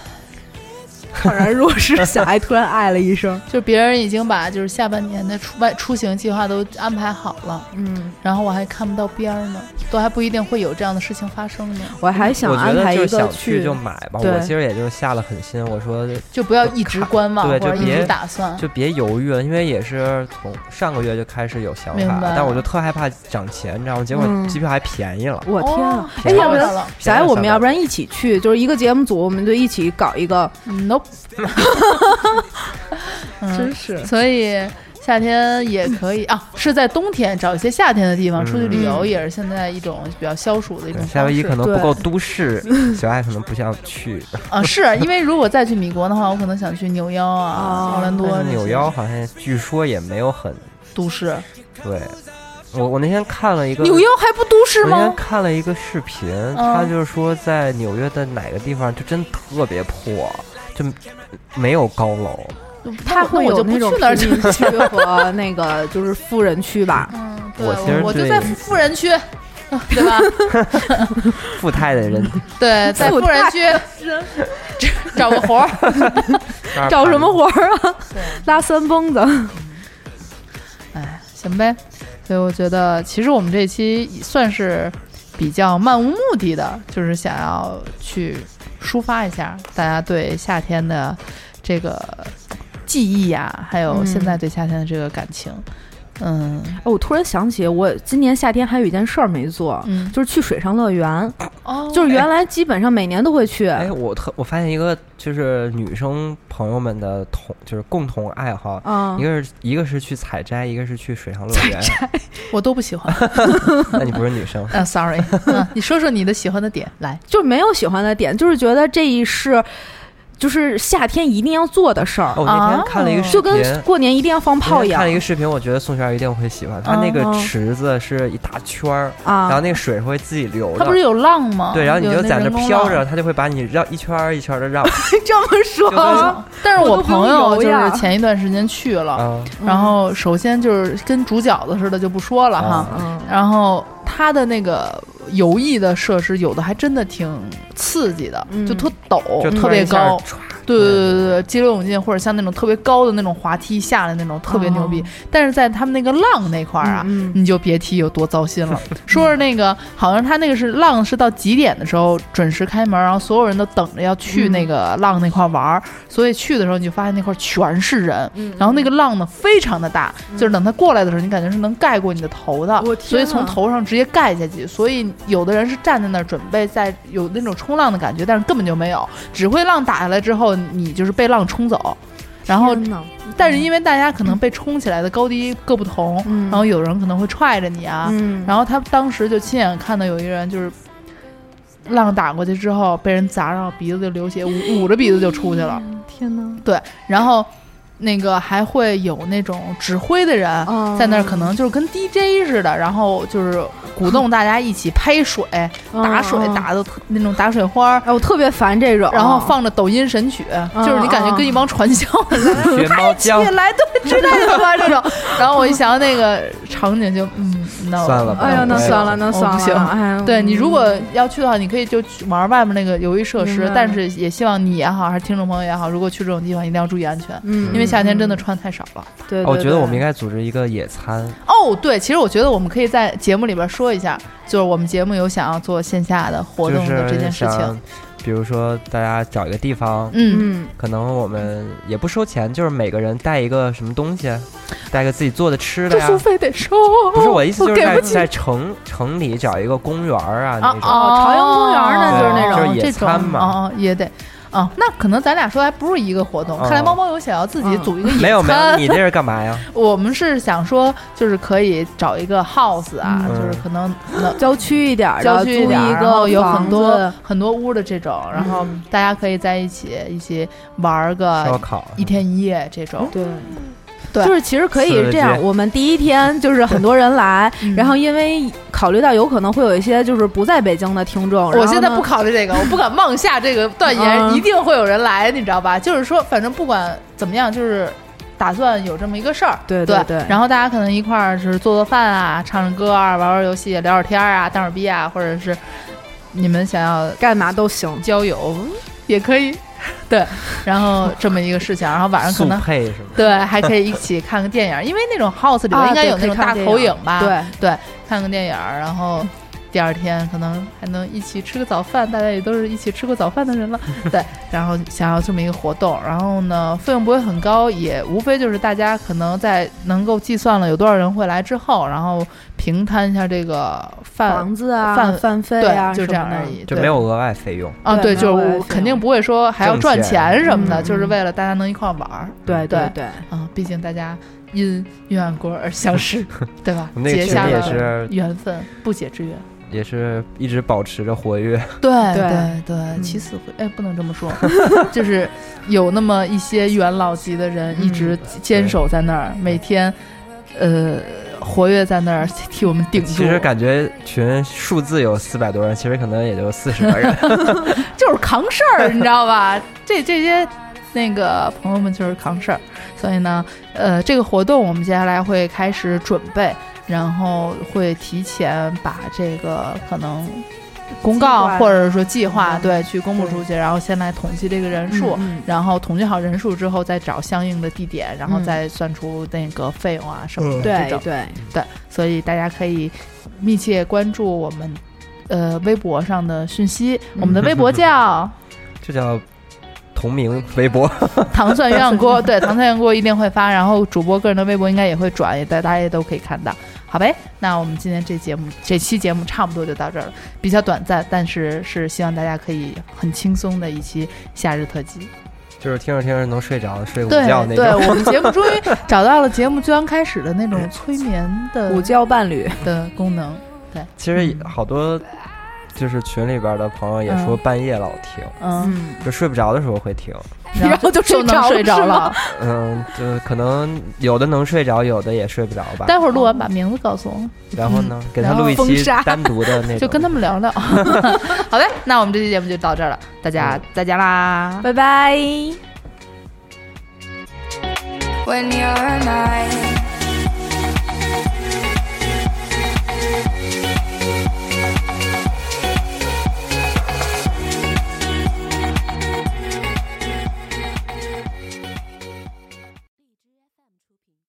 B: 怅然若失，小爱突然爱了一声，
A: 就别人已经把就是下半年的出外出行计划都安排好了，
B: 嗯，
A: 然后我还看不到边儿呢，都还不一定会有这样的事情发生呢。
B: 我还想
E: 我觉
B: 安
E: 得
B: 排
E: 就
B: 一
E: 是
B: 个
E: 想去就买吧。
B: 对嗯
E: 我其实也就是下了狠心，我说
A: 就不要一直观望
E: 对
A: 或
E: 就
A: 者一
E: 别
A: 直打算。
E: 就别犹豫了，因为也是从上个月就开始有想
A: 明
E: 法
A: 白，
E: 但我就特害怕涨钱，你知道吗？结果
B: 嗯
E: 机票还便宜了。
B: 我天
A: 哦
B: 啊，
A: 还
B: 哎，要不
A: 超
B: 然
A: 着了
B: 小爱，我们要不然一起去，就是一个节目组，我们就一起搞一个，
A: ，nope，嗯，
B: 是，
A: 所以。夏天也可以啊，是在冬天找一些夏天的地方出去旅游，
B: 嗯
A: 也是现在一种比较消暑的一种方
E: 对
A: 式。
E: 夏威夷可能
B: 对
E: 不够都市， 小爱可能不想去。
A: 啊，是因为如果再去米国的话，我可能想去纽腰啊、
B: 哦
A: 奥兰多
E: 但
A: 这
E: 是
A: 些
E: 纽腰好像据说也没有很
A: 都市。
E: 对。我我那天看了一个
B: 纽约还不都市
E: 我那天
B: 吗？嗯
E: 看了一个视频，他就是说在纽约的哪个地方就真特别破，就没有高楼。
B: 它会有
A: 我就不
B: 那种
A: 去那儿去。
B: 贫。民区和那个就是富人区吧
A: 嗯，对，
E: 我其实
A: 我我就
E: 对
A: 在富人区，对吧？
E: 富态的 人
A: 对，在富人区 找个活 儿。
B: 找什么活儿啊？
A: 对，
B: 拉三蹦子。
A: 哎，行呗。所以我觉得，其实我们这期算是比较漫无目的的，就是想要去抒发一下大家对夏天的这个记忆呀、还有
B: 嗯
A: 现在对夏天的这个感情。嗯
B: 哦，我突然想起，我今年夏天还有一件事儿没做，
A: 嗯，
B: 就是去水上乐园。
A: 哦
B: 就是原来基本上每年都会去，
E: 哎，我特我发现一个就是女生朋友们的同就是共同爱好，
B: 嗯
E: 一，个是一个是去采摘，一个是去水上乐园。
A: 我都不喜欢。
E: 那你不是
A: ？
E: 女生
A: 啊，sorry，嗯你说说你的喜欢的点来。
B: 就没有喜欢的点，就是觉得这一是就是夏天一定要做的事儿，
E: 哦，我那天看了一个
A: 哦
E: 视频，
B: 就跟过年一定要放炮
E: 我那
B: 一
E: 天
B: 样
E: 看了一个视频，我觉得宋璇一定会喜欢。它那个
A: 嗯
B: 哦
E: 池子是一大圈儿，然后
B: 啊。
E: 那个水会自己流
A: 它不是
E: 的。
A: 有浪吗？
E: 对，然后你
A: 有
E: 就
A: 那
E: 在那
A: 人工
E: 飘
A: 浪
E: 着，它就会把你绕一圈儿一圈的绕。
B: 这么
E: 就跟
B: 说，
A: 啊但是
B: 我
A: 我
B: 都不
A: 朋
B: 用
A: 友
B: 游
A: 就
B: 呀
A: 是前一段时间去了，
E: 啊，
A: 然后首先就是跟煮饺子似的就不说了啊哈，
E: 啊
B: 嗯，
A: 然后它的那个游艺的设施有的还真的挺刺激的，
B: 嗯
A: 就特陡
E: 就，突
A: 特
E: 然
A: 别
E: 一下
A: 高，
E: 唰
A: 对对对对对，激流勇进或者像那种特别高的那种滑梯下来那种特别牛逼，但是在他们那个浪那块儿啊，
B: 哦嗯
A: 你就别提有多糟 心了。说是那个，好像他那个是浪是到几点的时候准时开门，然后所有人都等着要去
B: 嗯
A: 那个浪那块玩儿，所以去的时候你就发现那块全是人，
B: 嗯
A: 然后那个浪呢非常的大，就是等他过来的时候，你感觉是能盖过你的头的
B: 我，天啊
A: 所以从
B: 呐
A: 头上直接盖下去。所以有的人是站在那儿准备在有那种冲浪的感觉，但是根本就没有，只会浪打下来之后，你就是被浪冲走。然后啊
B: 天呐
A: 但是因为大家可能被冲起来的高低各不同，
B: 嗯
A: 然后有人可能会踹着你啊，
B: 嗯，
A: 然后他当时就亲眼看到有一个人就是浪打过去之后被人砸到鼻子就流血，捂捂着鼻子就出去了，
B: 天呐，
A: 然后那个还会有那种指挥的人。
B: 哦
A: 在那儿可能就是跟 DJ 似的，然后就是鼓动大家一起拍水、打水、。
B: 哦
A: 打的那种打水花儿，
B: 哎，我特别烦这种，嗯
A: 然后放着抖音神曲，
B: 哦
A: 就是你感觉跟一帮传销
E: 学猫叫
A: 你，来对之类的吧这 种。然后我一想那个场景就嗯，no，
E: 算了吧
B: 哎呀，那
E: 我也
B: 算了，那
A: 我不
B: 算
A: 行
B: 了，哎，
A: 对你如
B: 嗯
A: 果要去的话，你可以就去玩外面那个游艺设
B: 明
A: 施
B: 白，
A: 但是也希望你也好，还是听众朋友也好，如果去这种地方一定要注意安全，
B: 嗯，
A: 因为夏天真的
B: 嗯，
A: 穿太少了。
B: 对，
E: 哦我觉得我们应
B: 该
E: 该组织一个野餐，
A: 哦，对，其实我觉得我们可以在节目里边说一下，就是我们节目有想要做线下的活
E: 就
A: 动的这
E: 是
A: 件事情。
E: 想，比如说大家找一个地方，
A: 嗯，
B: 嗯，
E: 可能我们也不收钱，就是每个人带一个什么东西，带个自己做的吃的
A: 这
E: 呀。
A: 收费得收。
E: 不是我意思，就是
A: 给
E: 在
A: 不起
E: 在城城里找一个公园儿啊那种。
B: 哦朝阳公园儿呢
E: 哦就是那
A: 对
E: 种
A: 就是
E: 野餐
A: 这
E: 嘛
A: 种哦哦也得。哦，那可能咱俩说还不是一个活动。
E: 哦嗯
A: 看来猫猫有想要自己组一个野餐，
E: 没有没有，你这是干嘛呀？
A: 我们是想说，就是可以找一个 house 啊，
E: 嗯
A: 就是可能能
B: 郊区一点儿的，啊
A: 郊区一点
B: 租
A: 儿，
B: 一
A: 然后
B: 个
A: 有很
B: 房
A: 多
B: 子
A: 很多屋的这种，然后大家可以在一起一起玩儿
E: 嗯烧
A: 个
E: 烤。
A: 呃
E: 啊
A: 一天一夜这种。
B: 对。
A: 对
B: 就是其实可以这
E: 刺
B: 样，
E: 激
B: 我们第一 天就是很多人来，
A: 嗯
B: 然后因为考虑到有可能会有一些就是不在北京的听众，
A: 我现在
B: 哦然后
A: 不
B: 呢
A: 考虑这个，我不敢妄下这个断言，
B: 嗯
A: 一定会有人来，你知道吧？就是说，反正不管怎么样，就是打算有这么一个事儿，
B: 对
A: 对
B: 对对
A: 然后大家可能一块儿就是做做饭啊，唱唱歌啊，玩玩游戏，聊聊天啊，当会儿逼啊，或者是你们想要
B: 干嘛都行，
A: 交友也可以，对，然后 这么一个事情，然后晚上可
E: 速
A: 能。
E: 配是吗？
A: 对，还可以一起看个电影儿，因为那种 house 里边
B: 啊
A: 应该
B: 对
A: 有那
B: 可以
A: 种
B: 看
A: 大
B: 电
A: 投
B: 影
A: 影吧？
B: 对，
A: 对，看个电影儿，然后第二天可能还能一起吃个早饭，大家也都是一起吃过早饭的人 了，对，然后想要这么一个活动，然后呢，费用不会很高，也无非就是大家可能在能够计算了有多少人会来之后，然后平摊一下这个饭
B: 房。子啊、
A: 饭
B: 饭费啊，
A: 对，就这样而。已，
E: 就
A: 对
E: 没有额外费用。
A: 啊，
B: 对
A: 对，
B: 没
A: 就是
B: 有额外
A: 我
B: 费
A: 肯定
B: 用
A: 不会说还要
E: 挣
A: 赚
E: 钱
A: 钱什么的，
B: 嗯
A: 就是为了大家能一块儿玩儿
B: 对嗯对
A: 对
B: 对，
A: 啊。毕竟大家因鸳鸯锅而相 识，对吧
E: 我？们那个
A: 结
E: 群
A: 下
E: 里也
A: 了
E: 是
A: 缘分，不解之缘。
E: 也是一直保持着活跃，
A: 对
B: 对
A: 对对，起死回哎，不能这么说， 就是有那么一些元老级的人一直坚守在那儿，每天呃活跃在那儿 替我们顶住
E: 其，实感觉群数字有四百多人，其实可能也就四十个 人。
A: 就是扛事儿，你知道吧？ 这这些那个朋友们就是扛事儿，所以呢，呃，这个活动我们接下来会开始准备，然后会提前把这个可能。公告
B: 计划
A: 或者说计划，
B: 嗯
A: 对，去公布出去，然后先来统计这个人数，
B: 嗯
A: 然后统计好人数之后，再找相应的地点，然后
B: 嗯
A: 再算出那个费用啊什么的
B: 对
A: 这种。
B: 对，
A: 对，所以大家可以密切关注我们呃微博上的讯息。我们的微博叫
E: 这叫同名微博，
A: “糖蒜鸳鸯锅”，对，“糖蒜鸳鸯锅”一定会发，然后主播个人的微博应该也会转，也大大家也都可以看到。好呗，那我们今天这节目这期节目差不多就到这儿了，比较短暂，但是是希望大家可以很轻松的一期夏日特辑。
E: 就是听着听着能睡着，睡 午
A: 对
E: 觉那
A: 对，
E: 种。
A: 我们节目终于 找到了节目最刚开始的那种催眠 的
B: 午觉伴侣，
A: 的功能。
E: 其实好多就是群里边的朋友也说
A: 嗯
E: 半夜老听，
A: 嗯，
B: 嗯，
E: 就睡不着的时候会听。
B: 然后就
A: 就
B: 睡
A: 能
B: 着
A: 睡着
B: 是吗
A: 了。
E: 嗯，就可能有的能睡着，有的也睡不着吧。
A: 待会儿录完把名字告诉我，
E: 然后呢，给
A: 嗯
E: 他
A: 然后
E: 录一
B: 封
E: 期
B: 杀
E: 单独的那 种，
A: 就跟他们聊聊。好嘞，那我们这期节目就到这儿了，大家再见啦，
B: 拜拜。
F: when you're mine.